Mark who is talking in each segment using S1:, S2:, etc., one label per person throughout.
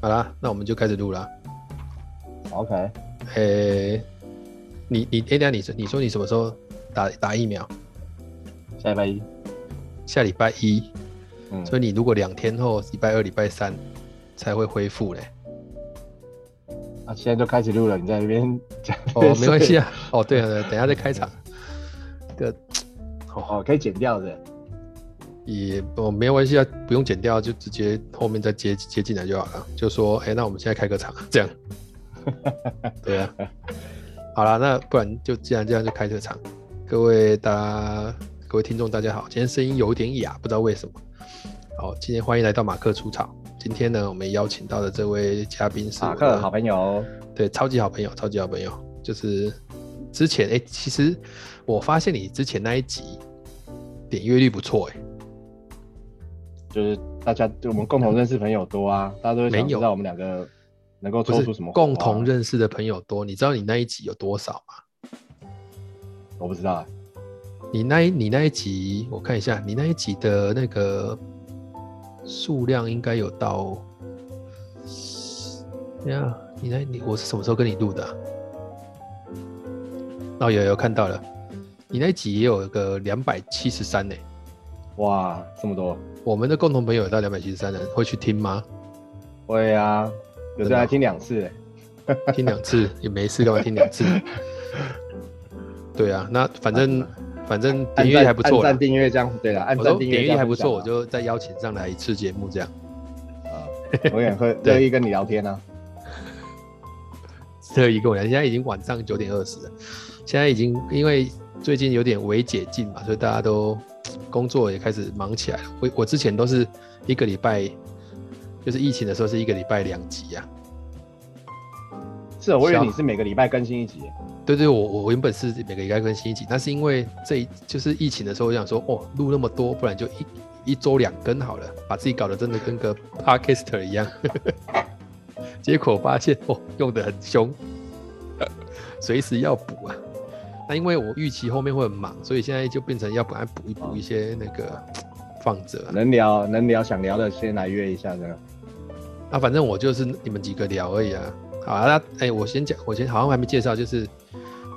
S1: 好啦，那我们就开始录啦。
S2: OK，
S1: 诶、你你诶，那、你说你说你什么时候打打疫苗？
S2: 下礼拜一，
S1: 下礼拜一，
S2: 嗯，
S1: 所以你如果两天后，礼拜二、礼拜三才会恢复嘞。
S2: 啊，现在就开始录了，你在那边讲，
S1: 哦，没关系啊。哦，对了，等一下再开场。个
S2: 哦，可以剪掉的，
S1: 也哦，没关系啊，不用剪掉，就直接后面再接接进来就好了。就说，哎、那我们现在开个场， 这样。对 啊。好啦，那不然就既然这样就开这个场。各位大家，各位听众大家好，今天声音有点哑，不知道为什么。好，今天欢迎来到马克出场。今天呢，我们邀请到的这位嘉宾是
S2: 马
S1: 我的
S2: 啊克好朋友，
S1: 对，超级好朋友，超级好朋友，就是之前哎、诶其实我发现你之前那一集点阅率不错哎、
S2: 就是大家我们共同认识朋友多啊，大家都会想
S1: 没
S2: 知
S1: 有
S2: 道我们两个能够
S1: 不
S2: 抽
S1: 是
S2: 出什么火花
S1: 共同，认识的朋友多，你知道你那一集有多少吗？
S2: 我不知道啊，
S1: 你那一你那一集我看一下，你那一集的那个数量应该有到，呀，你那你我是什么时候跟你录的、啊？哦，有有看到了，你那一集也有个两百七十三呢。
S2: 哇，这么多，
S1: 我们的共同朋友有到两百七十三人，会去听吗？
S2: 会啊，有时
S1: 哦
S2: 候还听两次欸，
S1: 听两 次也没事，干嘛听两次？对啊，那反正反正点
S2: 按
S1: 阅率
S2: 赞
S1: 还不错
S2: 按
S1: 啦
S2: 赞。订阅这样，对了，按
S1: 我说
S2: 赞订
S1: 点阅
S2: 阅这
S1: 率
S2: 样
S1: 还不
S2: 分享
S1: 错，
S2: 啊
S1: 我就再邀请上来一次节目这样。
S2: 啊，我也会
S1: 对
S2: 乐意跟你聊天啊，
S1: 特意跟我聊，现在已经晚上九点二十了，现在已经因为最近有点微解禁嘛，所以大家都工作也开始忙起来了。我我之前都是一个礼拜，就是疫情的时候是一个礼拜两集啊。
S2: 是哦，我以
S1: 小
S2: 为你是每个礼拜更新一集欸，
S1: 对对，我我我原本是每个礼拜更新一集，但是因为这一就是疫情的时候，我想说哦，录那么多，不然就一一周两更好了，把自己搞得真的跟个 podcaster 一样。 结果发现哦，用的很凶， 随时要补啊。那因为我预期后面会很忙，所以现在就变成要本来补一补一些那个放着啊。
S2: 能聊能聊想聊的先来约一下这样，
S1: 啊，反正我就是你们几个聊而已啊。好啊，那哎、我先讲，我先好像还没介绍，就是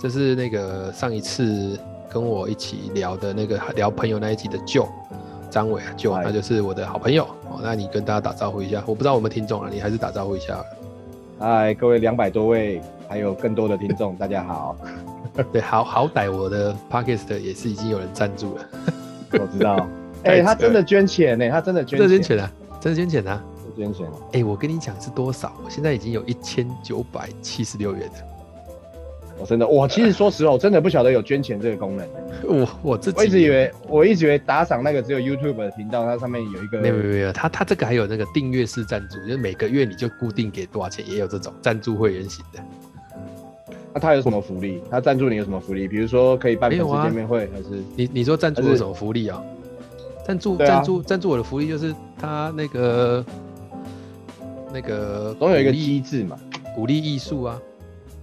S1: 这是那个上一次跟我一起聊的那个聊朋友那一集的舅张伟啊，舅，
S2: 嗨
S1: 那就是我的好朋友。哦，那你跟大家打招呼一下，我不知道我们听众啊，你还是打招呼一下好 了。
S2: 嗨，各位两百多位，还有更多的听众，大家 好。
S1: 对，好好歹我的 podcast 也是已经有人赞助了，
S2: 我知道。
S1: 太
S2: 哎、
S1: 扯了
S2: 他真的捐钱呢、他真的捐
S1: 这
S2: 钱，
S1: 捐钱啊，这捐钱啊。
S2: 捐钱，
S1: 哎、我跟你讲是多少？我现在已经有一千九百七十六元了。
S2: 我真的，我其实说实话，我真的不晓得有捐钱这个功能、
S1: 我我自己
S2: 我一直以为，我一直以为打赏那个只有 YouTube 的频道，它上面有一个
S1: 没有没有没有，他他这个还有那个订阅式赞助，就是每个月你就固定给多少钱，也有这种赞助会员型的。
S2: 那它有什么福利？它赞助你有什么福利？比如说可以办
S1: 没
S2: 粉
S1: 有
S2: 丝
S1: 啊
S2: 见面会，还是
S1: 你你说赞助
S2: 但
S1: 有
S2: 是
S1: 什么福利啊、赞助
S2: 对啊
S1: 赞助赞助我的福利就是他那个那个
S2: 总有一个
S1: 鼓励
S2: 机制嘛？
S1: 鼓励艺术啊，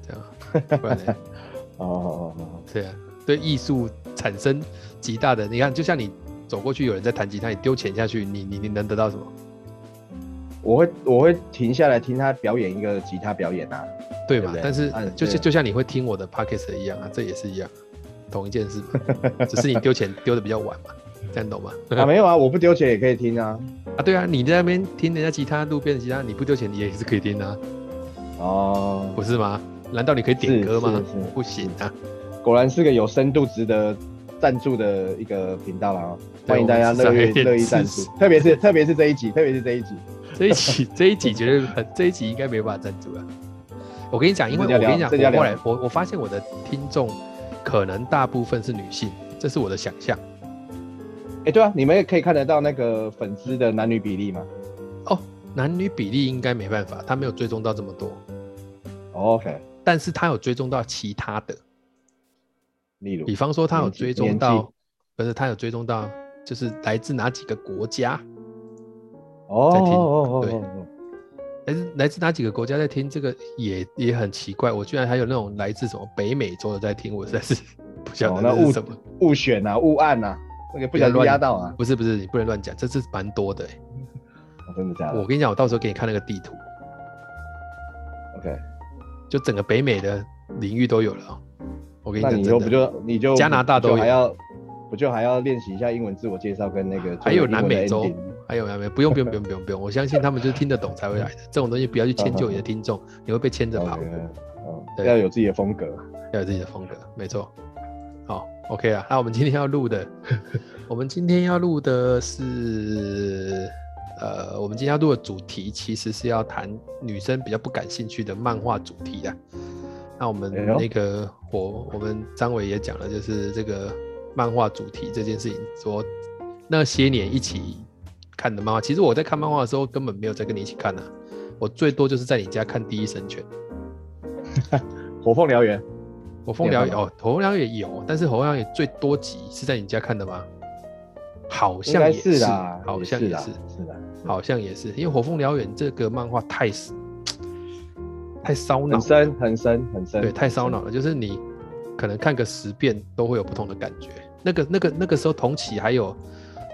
S1: 这样，不然 呢
S2: 哦哦哦哦，
S1: 对啊，对艺术产生极大的，你看就像你走过去有人在弹吉他，你丢钱下去，你你你能得到什么？
S2: 我会我会停下来听他表演一个吉他表演啊。
S1: 对
S2: 对
S1: 嘛
S2: 不？对
S1: 但是
S2: 嗯
S1: 就是
S2: 对
S1: 就像你会听我的 podcast 一样啊，这也是一样，同一件事 嘛，只是你丢钱丢的比较晚嘛，这样懂吗？
S2: 啊，没有啊，我不丢钱也可以听啊。
S1: 啊，对啊，你在那边听人家吉他，路边的吉他，你不丢钱你也是可以听啊，
S2: 哦，
S1: 不是吗？难道你可以点
S2: 是
S1: 歌吗
S2: 是是？
S1: 不行啊，
S2: 果然是个有深度、值得赞助的一个频道啦、哦，
S1: 对
S2: 欢迎大家
S1: 我们至
S2: 乐
S1: 少有
S2: 意
S1: 点
S2: 乐意赞
S1: 知
S2: 助
S1: 识，
S2: 特别是特别是这一集，特别是这一集，
S1: 这一 集这一集绝对很，这一集应该没办法赞助啊。我跟你讲，因为
S2: 这就
S1: 我
S2: 聊
S1: 跟你讲，
S2: 这就聊
S1: 我后来我我发现我的听众可能大部分是女性，这是我的想象。
S2: 哎、对啊，你们也可以看得到那个粉丝的男女比例吗、
S1: 哦男女比例应该没办法，他没有追踪到这么多，
S2: o k
S1: 但是他有追踪到其他的，
S2: 例如
S1: 比方说，他有
S2: 年纪
S1: 追踪
S2: 年纪
S1: 到，不是他有追踪到，就是来自哪几个国家，
S2: 哦
S1: 在听
S2: 哦哦
S1: 对
S2: 哦
S1: 来自来自哪几个国家在听这个也也很奇怪。我居然还有那种来自什么北美洲的在听，我实在是 不晓
S2: 哦
S1: 得
S2: 那
S1: 这是
S2: 误
S1: 什么。
S2: 哦，误选啊，误按啊，那个不小
S1: 不要
S2: 心
S1: 乱
S2: 压到啊、
S1: 不是不是，你不能乱讲，这是蛮多的欸、
S2: 哦真的假的？
S1: 我跟你讲，我到时候给你看那个地图，
S2: OK，
S1: 就整个北美的领域都有了哦。我跟你
S2: 那
S1: 讲
S2: 你
S1: 真
S2: 就
S1: 的，
S2: 不就你就
S1: 加拿大都有
S2: 不就还要不就还要练习一下英文自我介绍跟那个
S1: 还有南美
S2: 做
S1: 洲
S2: 英文的 ending
S1: 还有还有，不用不用不用不用不用，我相信他们就是听得懂才会来的。 这种东西不要去迁就你的听众，你会被牵着跑
S2: OK，。嗯，
S1: 对
S2: 要有自己的风格。
S1: 要有自己的风格，没错。好，OK 啊，那我们今天要录的， 我们今天要录的是，呃，我们今天要录的主题其实是要谈女生比较不感兴趣的漫画主题啊。那我们
S2: 哎呦
S1: 那个我我们张伟也讲了，就是这个漫画主题这件事情，说那些年一起看的漫画，其实我在看漫画的时候根本没有在跟你一起看啊，我最多就是在你家看《第一神拳》。
S2: 火凤燎原，
S1: 火凤燎原哦，火凤燎原有，但是火凤燎原最多集是在你家看的吗？好
S2: 应
S1: 像
S2: 该
S1: 也
S2: 是啦，
S1: 好
S2: 也
S1: 像
S2: 是
S1: 也
S2: 啦，
S1: 是，
S2: 是啦，
S1: 好像也是，因为火凤燎原这个漫画太太烧脑
S2: 很，深很深很深，
S1: 对，太烧脑了，就是你可能看个十遍都会有不同的感觉。那个那个那个时候同期还有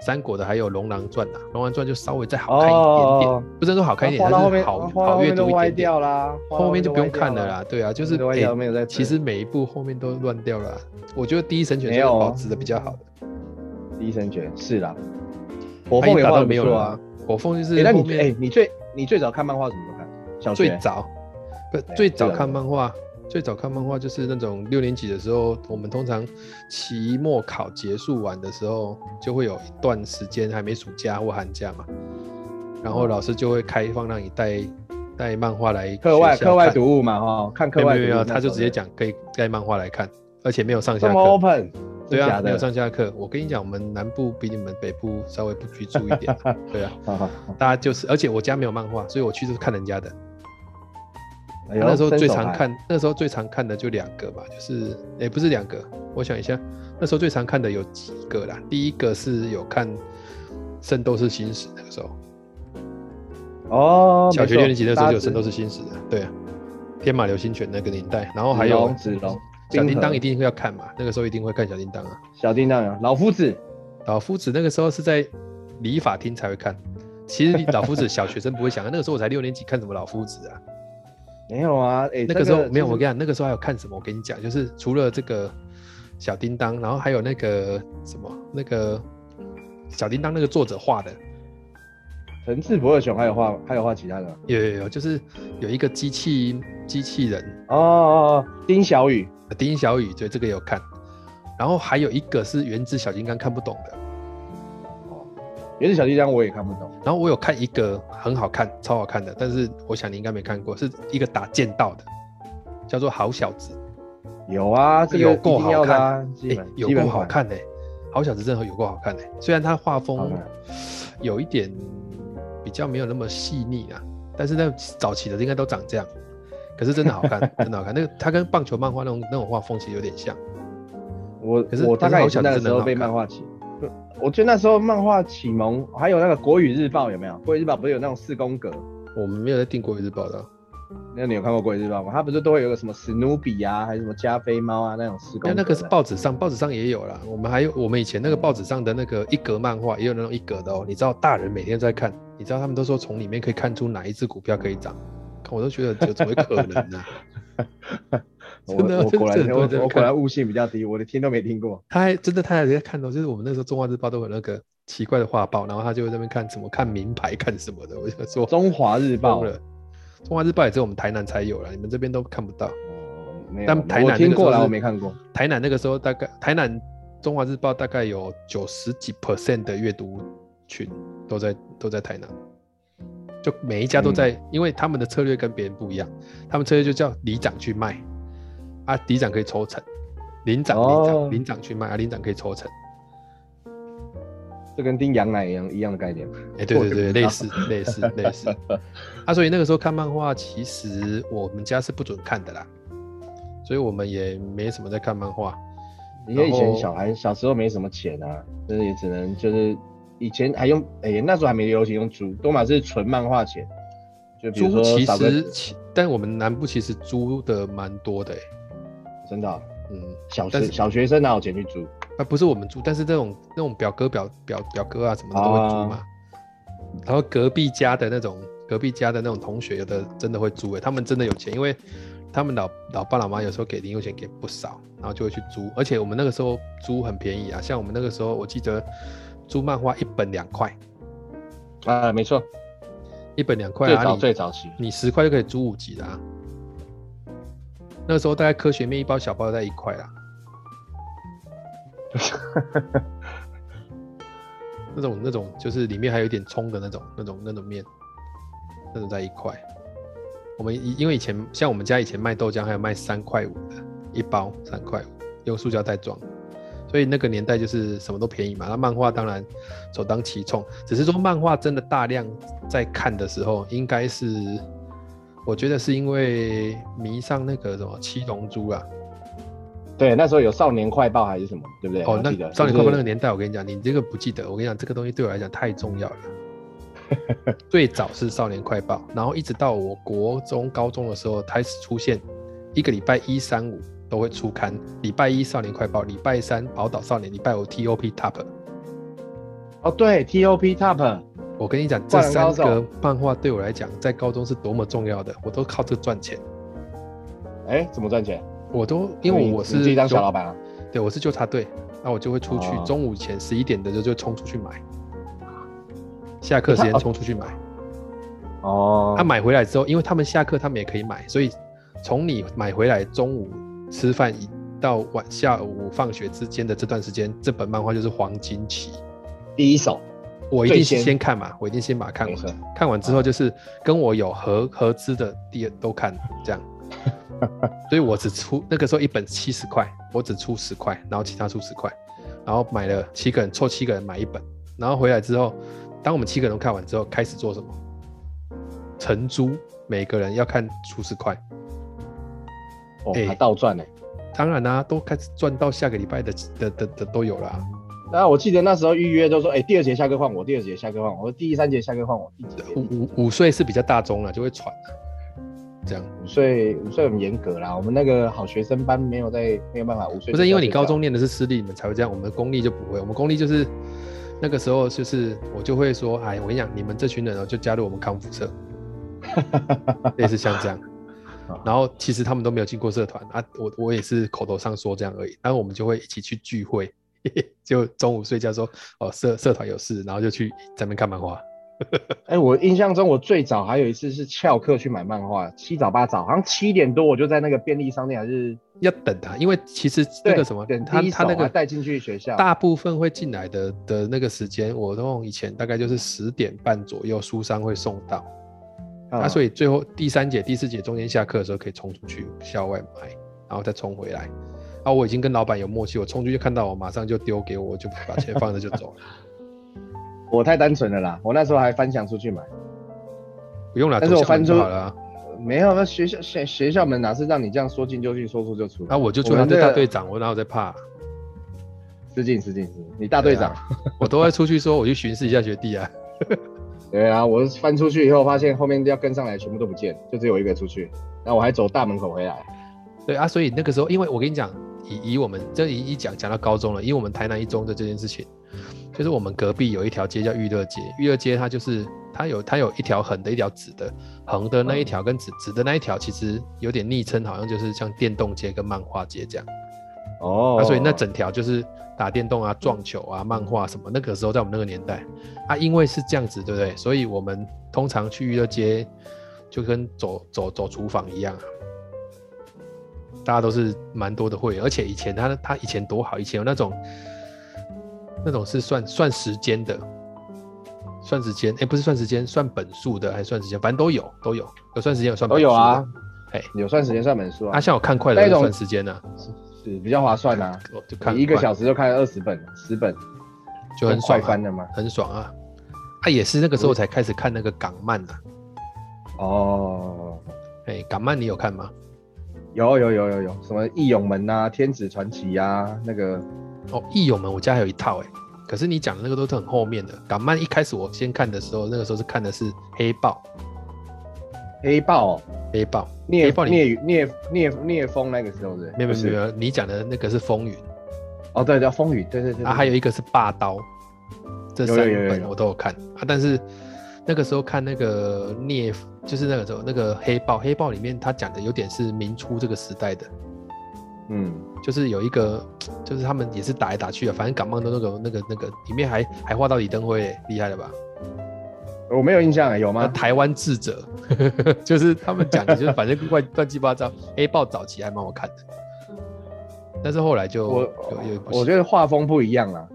S1: 三国的，还有《龙狼传》呐，《龙狼传》就稍微再好看一点点，
S2: 哦
S1: 不是说好看一点，
S2: 画到
S1: 但
S2: 后
S1: 是
S2: 面
S1: 好
S2: 画到
S1: 好
S2: 后
S1: 阅
S2: 面
S1: 读
S2: 都
S1: 一
S2: 歪
S1: 点点。
S2: 掉啦，画到
S1: 后面就不用
S2: 都歪掉
S1: 看了啦，对啊，就是
S2: 都歪
S1: 哎
S2: 掉没有在
S1: 其实每一部后面都乱掉了啊、我觉得第一神犬
S2: 没
S1: 是
S2: 有啊
S1: 保持的比较好的，
S2: 第一神拳是啦，火
S1: 它
S2: 凤
S1: 一
S2: 也
S1: 打
S2: 画
S1: 到
S2: 的
S1: 没有了、
S2: 啊。
S1: 啊。火凤就
S2: 欸
S1: 是
S2: 那
S1: 后
S2: 你哎、
S1: 面
S2: 你最你最早看漫画什么时候看？小学
S1: 最早，不
S2: 对
S1: 最
S2: 最
S1: 早
S2: 早
S1: 看
S2: 的
S1: 漫画，最早看漫画就是那种六年级的时候，我们通常期末考结束完的时候，就会有一段时间还没暑假或寒假嘛，然后
S2: 嗯
S1: 老师就会开放让你带带漫画来
S2: 课外
S1: 学校
S2: 课外
S1: 看
S2: 读物嘛，哈，看课外读
S1: 没有没
S2: 物
S1: 有没有，
S2: 那
S1: 他就
S2: 时候
S1: 直接
S2: 的
S1: 讲可以带漫画来看，而且没有上下
S2: 这
S1: 课。
S2: 么 open，
S1: 对
S2: 真
S1: 啊，
S2: 假
S1: 没有
S2: 的，
S1: 上下课。我跟你讲，我们南部比你们北部稍微不居住一点 啊。对啊，
S2: 哈哈
S1: 大家就是，而且我家没有漫画，所以我去就是看人家的。
S2: 哎呦
S1: 那时候
S2: 伸
S1: 最
S2: 手
S1: 常
S2: 牌
S1: 看，那时候最常看的就两个吧，就是也不是两个，我想一下，那时候最常看的有几个啦。第一个是有看《圣斗士星矢》，那个时候
S2: 哦，
S1: 小学六年级的时候就有《圣斗
S2: 是
S1: 士星矢》的，对啊，天马流星拳那个年代，然后还有
S2: 子龙、
S1: 小叮当
S2: 冰
S1: 一
S2: 河
S1: 定会要看嘛，那个时候一定会看小叮当啊。
S2: 小叮当啊，老夫子，
S1: 老夫子那个时候是在理发厅才会看，其实老夫子小学生不会 想，那个时候我才六年级，看什么老夫子啊？
S2: 没有啊，哎、
S1: 那个时候
S2: 这
S1: 没有，我
S2: 就
S1: 跟
S2: 是
S1: 你讲，那个时候还有看什么？我跟你讲，就是除了这个小叮当，然后还有那个什么那个小叮当那个作者画的，
S2: 陈志博的熊还有画还有画其他的吗
S1: 有有有，就是有一个机器机器人
S2: 哦哦，哦丁小雨，
S1: 呃丁小雨，对这个有看，然后还有一个是原子小金刚看不懂的，
S2: 哦，原始小叮当我也看不懂，
S1: 然后我有看一个很好看，超好看的，但是我想你应该没看过，是一个打剑道的，叫做好小子。
S2: 有啊，这个
S1: 有
S2: 一
S1: 够
S2: 定
S1: 好
S2: 要的啊，
S1: 看，哎
S2: 基本、
S1: 有
S2: 基本
S1: 够好
S2: 款，
S1: 看哎、好小子真的有够好看哎、虽然他画
S2: 好
S1: 风
S2: 看
S1: 有一点比较没有那么细腻啊，但是那早期的应该都长这样，可是真的好 看，真的好看。那个他跟棒球漫画那种那种画风其实有点像，
S2: 我
S1: 可是
S2: 我大概也是那
S1: 可是好小子
S2: 个
S1: 真的
S2: 时候
S1: 很好
S2: 被
S1: 看
S2: 漫画启，我觉得那时候漫画启蒙，还有那个国语日报有没有？国语日报不是有那种四宫格？
S1: 我们没有在订国语日报的啊，
S2: 那你有看过国语日报吗？它不是都会有个什么史努比啊，还是什么加菲猫啊那种四宫格嗯
S1: 那那
S2: 的？
S1: 个是报纸上，报纸上也有啦。我们还有我们以前那个报纸上的那
S2: 嗯
S1: 个一格漫画，也有那种一格的哦。你知道大人每天在看，你知道他们都说从里面可以看出哪一只股票可以涨，我都觉得有怎么会可能啊 呢、
S2: 我
S1: 真的
S2: 我果
S1: 真
S2: 然
S1: 的
S2: 我
S1: 真的
S2: 我
S1: 看
S2: 果然悟性比较低，我的听都没听过。
S1: 他还真的他还在看到，就是我们那时候《中华日报》都有那个奇怪的画报，然后他就在那边看什么看名牌看什么的，我就说
S2: 中华日报
S1: 疯了，《中华日报》也只有我们台南才有了，你们这边都看不到。
S2: 哦没有，
S1: 但台南
S2: 我
S1: 那
S2: 听
S1: 个时候
S2: 过啦，
S1: 是
S2: 我没看过。
S1: 台南那个时候大概台南《中华日报》大概有九十几 percent 的阅读群都在都在台南，就每一家都
S2: 嗯
S1: 在，因为他们的策略跟别人不一样，他们策略就叫里长去卖，啊，里长可以抽成，领长领
S2: 哦
S1: 长领长去卖，啊，领长可以抽成。
S2: 这跟丁羊奶一样一样的概念，
S1: 哎、对
S2: 我
S1: 对对，
S2: 也不知
S1: 类
S2: 道
S1: 似类似类似。啊，所以那个时候看漫画，其实我们家是不准看的啦，所以我们也没什么在看漫画。
S2: 因为以
S1: 然
S2: 前
S1: 后
S2: 小孩小时候没什么钱啊，就是也只能就是以前还用哎、那时候还没流行用租，都嘛是纯漫画钱，就比如
S1: 猪
S2: 说
S1: 其
S2: 少个
S1: 实其，但我们南部其实猪的蛮多的、欸，
S2: 真的啊、
S1: 嗯，
S2: 小
S1: 但
S2: 学
S1: 是
S2: 小学生哪有钱去租？
S1: 啊，不是我们猪，但是那种
S2: 哦
S1: 那种表哥表表表哥啊什么的都会猪嘛。然后隔壁家的那种隔壁家的那种同学，有的真的会租诶、他们真的有钱，因为他们老老爸老妈有时候给零用钱给不少，然后就会去租，而且我们那个时候租很便宜啊，像我们那个时候我记得租漫画一本两块，
S2: 啊，没错，
S1: 一本两块
S2: 最
S1: 啊，
S2: 早
S1: 你
S2: 最早期，
S1: 你十块就可以租五集啦、那时候大概科学面一包小包在一块啦。 那种那种就是里面还有一点葱的那种那种那种面，那种在一块。我们以因为以前像我们家以前卖豆浆还有卖三块五的，一包三块五，用塑胶袋装。所以那个年代就是什么都便宜嘛，那漫画当然首当其冲。只是说漫画真的大量在看的时候，应该是我觉得是因为迷上那个什么七龙珠啊，
S2: 对，那时候有少年快报还是什么，对不对？
S1: 哦，
S2: 我
S1: 那
S2: 记得
S1: 少年快报
S2: 就是
S1: 那个年代，我跟你讲，你这个不记得。我跟你讲，这个东西对我来讲太重 要了。最早是少年快报，然后一直到我国中、高中的时候开始出现，一个礼拜一、三、五都会出刊。礼拜一少年快报，礼拜三宝岛少年，礼拜五 TOP Top。
S2: 哦，对，T.O.P. Top，
S1: 我跟你讲，这
S2: 灌篮
S1: 三
S2: 高
S1: 个
S2: 手
S1: 漫画对我来讲，在高中是多么重要的，我都靠这赚钱。
S2: 哎，怎么赚钱？
S1: 我都因为
S2: 你
S1: 我
S2: 你自
S1: 是
S2: 己当
S1: 纠
S2: 小老板啊，
S1: 对，我是纠察队，那我就会出去，
S2: 哦
S1: 中午前十一点的时候就冲出去买，下课时间冲出去买。
S2: 哦
S1: 啊他买回来之后，因为他们下课他们也可以买，所以从你买回来中午吃饭一到晚下午放学之间的这段时间，这本漫画就是黄金期。
S2: 第一手，
S1: 我一定
S2: 最
S1: 是
S2: 先嗯
S1: 先看嘛，我一定先把它看
S2: 没
S1: 完
S2: 错，，
S1: 看完之后就是跟我有合合资的第二都看这 样。所以我只出那个时候一本七十块，我只出十块，然后其他出十块，然后买了七个人凑七个人买一本，然后回来之后，当我们七个人都看完之后，开始做什么？承租，每个人要看出十块，
S2: 哦
S1: 哎，
S2: 还倒赚呢。
S1: 当然啦、都开始赚到下个礼拜的的的的都有啦。
S2: 然后我记得那时候预约都说，哎，第二节下课换我，第二节下课换我，我说第三节下课换我，第几节？
S1: 五五五岁是比较大众了，就会传了，这样。
S2: 五岁五岁很严格啦，我们那个好学生班没有在没有办法五岁就
S1: 不
S2: 睡觉。
S1: 是因为你高中念的是私立，你们才会这样，我们公立就不会。我们公立就是那个时候就是我就会说，哎，我跟你讲，你们这群人哦，就加入我们康复社，类似像这样。然后其实他们都没有进过社团啊，我我也是口头上说这样而已。然后我们就会一起去聚会， 就中午睡觉说哦社社团有事，然后就去咱们看漫画。
S2: 哎、我印象中我最早还有一次是翘课去买漫画，七早八早，好像七点多我就在那个便利商店还是
S1: 要等他，因为其实那个什么
S2: 对，等
S1: 他
S2: 第一
S1: 他
S2: 手
S1: 那个
S2: 啊带进去学校
S1: 大部分会进来的的那个时间，我都以前大概就是十点半左右，书商会送到。啊，所
S2: 以
S1: 以最后第三节、第四节中间下课的时候可以冲出去校外买，然后再冲回来。啊，我已经跟老板有默契，我冲出去看到我马上就丢给我，我就把钱放着就走了，
S2: 我太单纯了啦，我那时候还翻墙出去买，
S1: 不用了，
S2: 但是
S1: 走
S2: 我
S1: 校门
S2: 翻
S1: 就
S2: 出
S1: 好了啊。
S2: 呃没有，那学校学学校门哪是让你这样说进就进，说出就出？
S1: 啊，我就做
S2: 我
S1: 他
S2: 们
S1: 队
S2: 这
S1: 大
S2: 个
S1: 队长，我哪有在怕啊、
S2: 失敬失敬失敬，你大队长。
S1: 我都会出去说我去巡视一下学弟啊。
S2: 对啊，我翻出去以后发现后面要跟上来全部都不见，就只有一个出去，那我还走大门口回来。
S1: 对啊，所以那个时候，因为我跟你讲，以以我们这一一讲讲到高中了，以我们台南一中的这件事情，就是我们隔壁有一条街叫玉乐街，玉乐街它就是它有它有一条横的，一条直的，横的那一条跟直直的那一条其实有点昵称，好像就是像电动街跟漫画街这样。
S2: 哦嗯
S1: 啊，所以那整条就是打电动啊、撞球啊、漫画什么。那个时候在我们那个年代啊，因为是这样子，对不对？所以我们通常去娱乐街就跟走走走厨房一样啊，大家都是蛮多的会员。而且以前他他以前多好，以前有那种那种是算算时间的。算时间，哎、不是算时间，算本数的，还是算时间，反正都有，都有，有算时间，有算本数
S2: 都
S1: 的
S2: 有啊。
S1: 哎
S2: 有算时间算本数啊，
S1: 啊，像我看快乐
S2: 那
S1: 就
S2: 种
S1: 算时间呢、啊，
S2: 是比较划算啊。
S1: 我就看
S2: 你一个
S1: 快
S2: 小时就看了二十本、十本，
S1: 就很爽、
S2: 快
S1: 啊，
S2: 翻了吗？
S1: 很爽啊！他、也是那个时候才开始看那个港漫啊。
S2: 哦，
S1: 哎、港漫你有看吗？
S2: 有有有有有，什么《义勇门》啊，《天子传奇》啊，那个
S1: 哦，义勇门我家还有一套哎、可是你讲的那个都是很后面的。港漫一开始我先看的时候，那个时候是看的是黑豹，
S2: 黑豹、哦、
S1: 黑豹，黑
S2: 聂
S1: 豹里
S2: 聂聂聂聂风那个时候是不是？
S1: 没有没
S2: 不
S1: 有
S2: 是
S1: 没有，你讲的那个是风云啊
S2: 哦，对对，风雨，对对对
S1: 啊，还有一个是霸刀，这三
S2: 有有有有
S1: 本
S2: 有
S1: 我都有看啊，但是那个时候看那个聂，就是那个时候那个黑豹，黑豹里面他讲的有点是明初这个时代的，
S2: 嗯，
S1: 就是有一个，就是他们也是打来打去啊，反正感冒的那个那个那个里面还还画到李登辉耶，厉害了吧？
S2: 我没有印象啊，有
S1: 那
S2: 吗？
S1: 台湾智者， 就是他们讲的， 就是反正怪乱七八糟。黑豹早期还蛮好看的，但是后来就
S2: 我
S1: 有有一部
S2: 我觉得画风不一样啦，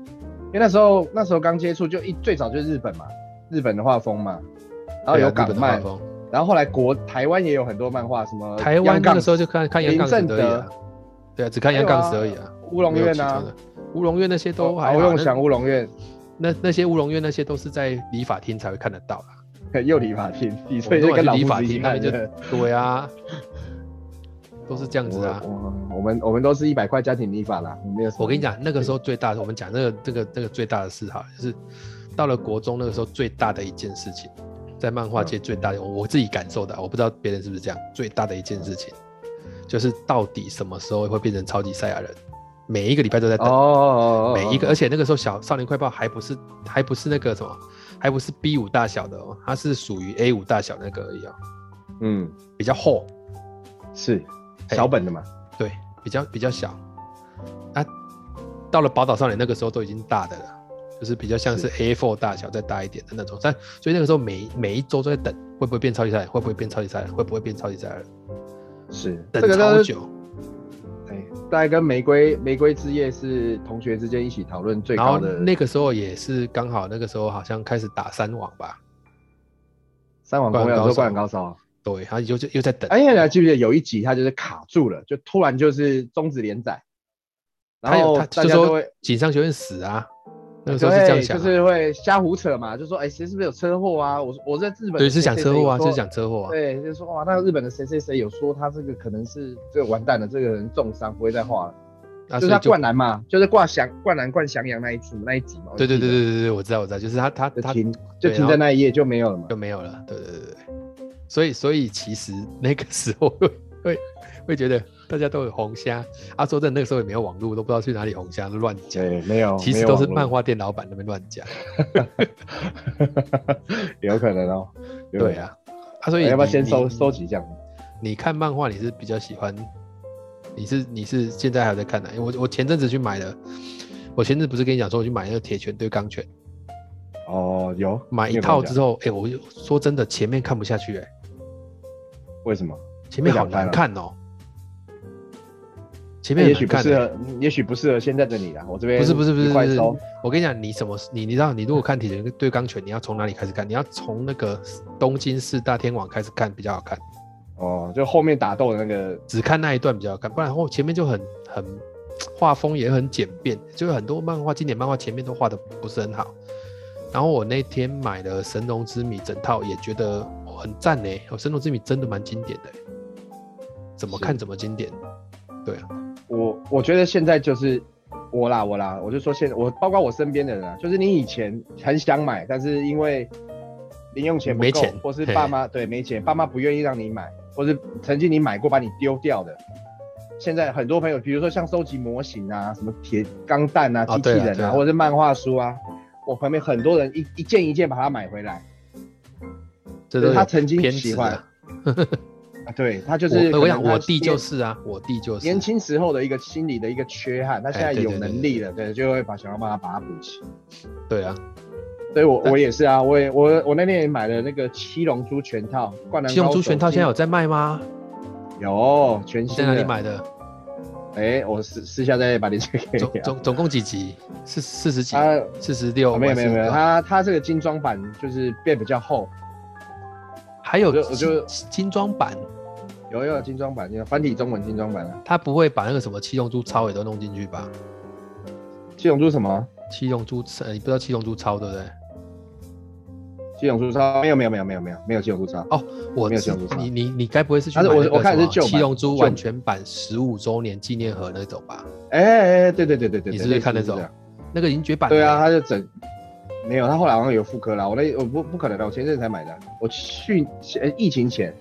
S2: 因为那时候那时候刚接触就一最早就是日本嘛，日本的画风嘛，然
S1: 啊
S2: 后有港漫，
S1: 风，
S2: 然后后来国台湾也有很多漫画，什么
S1: 台湾那
S2: 杠
S1: 个时候就看看杨
S2: 林
S1: 杠
S2: 正
S1: 子而已啊
S2: 德，
S1: 对啊，只看杨杠子而已啊，
S2: 乌龙
S1: 没有
S2: 院
S1: 其他
S2: 啊，哦
S1: 的。乌龙院那些都还
S2: 敖
S1: 好，
S2: 用
S1: 那
S2: 祥乌龙院
S1: 那那些乌龙院那些都是在理发厅才会看得到啦。
S2: 又理发厅，你
S1: 我
S2: 所
S1: 们
S2: 以
S1: 都
S2: 就跟
S1: 去
S2: 老
S1: 理
S2: 夫
S1: 发
S2: 子一起
S1: 厅那
S2: 看
S1: 边就
S2: 的。
S1: 对 啊，都是这样子啊。
S2: 我 我我们我们都是一百块家庭理发啦，我们没有什么。
S1: 我跟你讲，那个时候最大的，我们讲那个这个那个最大的事哈，就是到了国中那个时候最大的一件事情，在漫画界最大的，我自己感受的啊，我不知道别人是不是这样，最大的一件事情就是到底什么时候会变成超级赛亚人，每一个礼拜都在
S2: 哦
S1: 等，
S2: 哦，哦
S1: 每一个，而且那个时候小少年快报还不是还不是那个什么，还不是 B 五大小的哦，它是属于 A 五大小那个而已哦，
S2: 嗯
S1: 比较厚，
S2: 是
S1: 哎
S2: 小本的嘛，
S1: 对，比较比较小。啊，到了宝岛少年那个时候都已经大的了，就是比较像是 A4 大小再大一点的那种。但所以那个时候每每一周都在等，会不会变超级赛亚人？会不会变超级赛亚人？会不会变超级赛亚人？
S2: 是
S1: 等
S2: 这个
S1: 超
S2: 都是
S1: 久，
S2: 哎，大概跟玫瑰玫瑰之夜是同学之间一起讨论最
S1: 然后
S2: 高的
S1: 那个时候也是刚好那个时候好像开始打三网吧，
S2: 三网公要说灌
S1: 灌篮
S2: 篮高
S1: 高
S2: 手。啊
S1: 对，然后又就又在等。
S2: 哎，你还记不记得有一集他就是卡住了，就突然就是终止连载，
S1: 他
S2: 然
S1: 有
S2: 后
S1: 他
S2: 大
S1: 就
S2: 家都
S1: 说
S2: 会。
S1: 锦上学院死啊，那
S2: 对，
S1: 个时候是这样想、啊，
S2: 就是会瞎胡扯嘛，就说哎，谁是不是有车祸啊？我我在日本，
S1: 对，是想
S2: 谁
S1: 车祸啊，
S2: 谁
S1: 就是
S2: 谁有说
S1: 想车祸啊。
S2: 对，就说哇，那日本的谁谁谁有说他这个可能是这个完蛋了，这个人重伤不会再画了，
S1: 啊，所
S2: 就是
S1: 以
S2: 他
S1: 就
S2: 灌篮嘛，就是挂翔灌篮灌翔阳那一次那一集嘛。我
S1: 对对
S2: 记
S1: 对
S2: 得
S1: 对对对，我知道我知道，就是他他他
S2: 就停就
S1: 对
S2: 停
S1: 然
S2: 在
S1: 后
S2: 那一页就没有了嘛
S1: 就。没有了。对对对对，所以所以其实那个时候会会会觉得大家都有红虾啊，说真的，那个时候也没有网络，都不知道去哪里红虾，都乱讲。
S2: 对，没有，
S1: 其
S2: 没
S1: 实
S2: 有
S1: 都
S2: 网
S1: 是
S2: 络
S1: 漫，画店老板那边乱讲。
S2: 有可能哦。有可
S1: 对
S2: 能，
S1: 啊，啊，所以
S2: 哎要不要
S1: 你
S2: 先
S1: 你
S2: 收收集这样？
S1: 你看漫画，你是比较喜欢，你是你是现在还有在看哪？啊因为我我前阵子去买了，我前阵子不是跟你讲说我去买那个铁拳对钢拳，
S2: 哦，有
S1: 买一套之后，哎、我就说真的，前面看不下去、哎，
S2: 后，为什么？
S1: 前面
S2: 被
S1: 好
S2: 两翻
S1: 难
S2: 了
S1: 看哦。前面
S2: 也
S1: 很
S2: 许
S1: 难
S2: 不
S1: 看、
S2: 适
S1: 哎
S2: 合，也许不适合现在的你啦。我这边
S1: 不是不是不是
S2: 一
S1: 不
S2: 块
S1: 是
S2: 收，，
S1: 我跟你讲，你什么你你知道，你如果看铁拳对钢拳，你要从哪里开始看？你要从那个东京四大天王开始看比较好看，
S2: 哦，就后面打斗的那个，
S1: 只看那一段比较好看，不然后前面就很很画风也很简便，就是很多漫画经典漫画前面都画的不是很好。然后我那天买了《神龙之谜》整套，也觉得哦很赞呢。哦，《神龙之谜》真的蛮经典的，欸怎么看
S2: 是
S1: 怎么经典。对啊，
S2: 我我觉得现在就是我啦我啦，我就说现我包括我身边的人啊，就是你以前很想买，但是因为零用钱不
S1: 没
S2: 够
S1: 钱
S2: 或是
S1: 嘿
S2: 爸妈对没钱，爸妈不愿意让你买，或是曾经你买过把你丢掉的。现在很多朋友，比如说像收集模型啊，什么铁钢弹啊、
S1: 啊
S2: 机器
S1: 对啊
S2: 人
S1: 对
S2: 啊，
S1: 啊
S2: 或者是漫画书啊，我旁边很多人一一件一件把它买回来，
S1: 这
S2: 就
S1: 都
S2: 是他
S1: 有
S2: 曾经
S1: 偏
S2: 喜
S1: 执
S2: 欢
S1: 啊。
S2: 啊对他就是
S1: 我
S2: 可
S1: 我想
S2: 能他
S1: 我弟
S2: 年
S1: 就是啊，我弟就是
S2: 年轻时候的一个心理的一个缺憾，他现在
S1: 哎对
S2: 有
S1: 对对
S2: 能力了，对，就会把想要办法把它补齐。
S1: 对啊，
S2: 所以我
S1: 但
S2: 我也是啊，我也我我那天也买了那个七龙珠全套，灌篮
S1: 七龙
S2: 高
S1: 珠
S2: 手
S1: 全套现在有
S2: 金
S1: 在卖吗？
S2: 有全
S1: 你
S2: 新
S1: 在
S2: 的
S1: 哪里？买 的？
S2: 哎、我私私下再把链接给
S1: 总
S2: 你、啊。
S1: 总总共几集？四四十几
S2: 啊？
S1: 四十六？
S2: 啊没有没有没有，
S1: 还
S2: 它它这个精装版就是变比较厚，
S1: 还有
S2: 我就我就
S1: 精精装版，
S2: 有有精装版，有繁体中文精装版啊。
S1: 他不会把那个什么七龙珠超也都弄进去吧？
S2: 七龙珠什么？
S1: 七龙珠超，呃你不知道七龙珠超对不对？
S2: 七龙珠超没有没有没有没有没有没有七龙珠超
S1: 哦我
S2: 没有
S1: 知
S2: 七龙珠超
S1: 你你你该不会是去
S2: 但
S1: 买
S2: 是我
S1: 那
S2: 我
S1: 个
S2: 看
S1: 什
S2: 的是
S1: 么
S2: 旧版
S1: 七龙珠
S2: 旧
S1: 完全版十五周年纪念盒那种吧？
S2: 哎哎哎，对对对对对，
S1: 你
S2: 对
S1: 是不是看
S2: 类
S1: 那
S2: 似这
S1: 种
S2: 样？
S1: 那个已经绝版了
S2: 对啊，，他就整没有，他后来好像有复刻啦。我那我不不可能的，我前阵子才买的，啊我去前呃疫情前，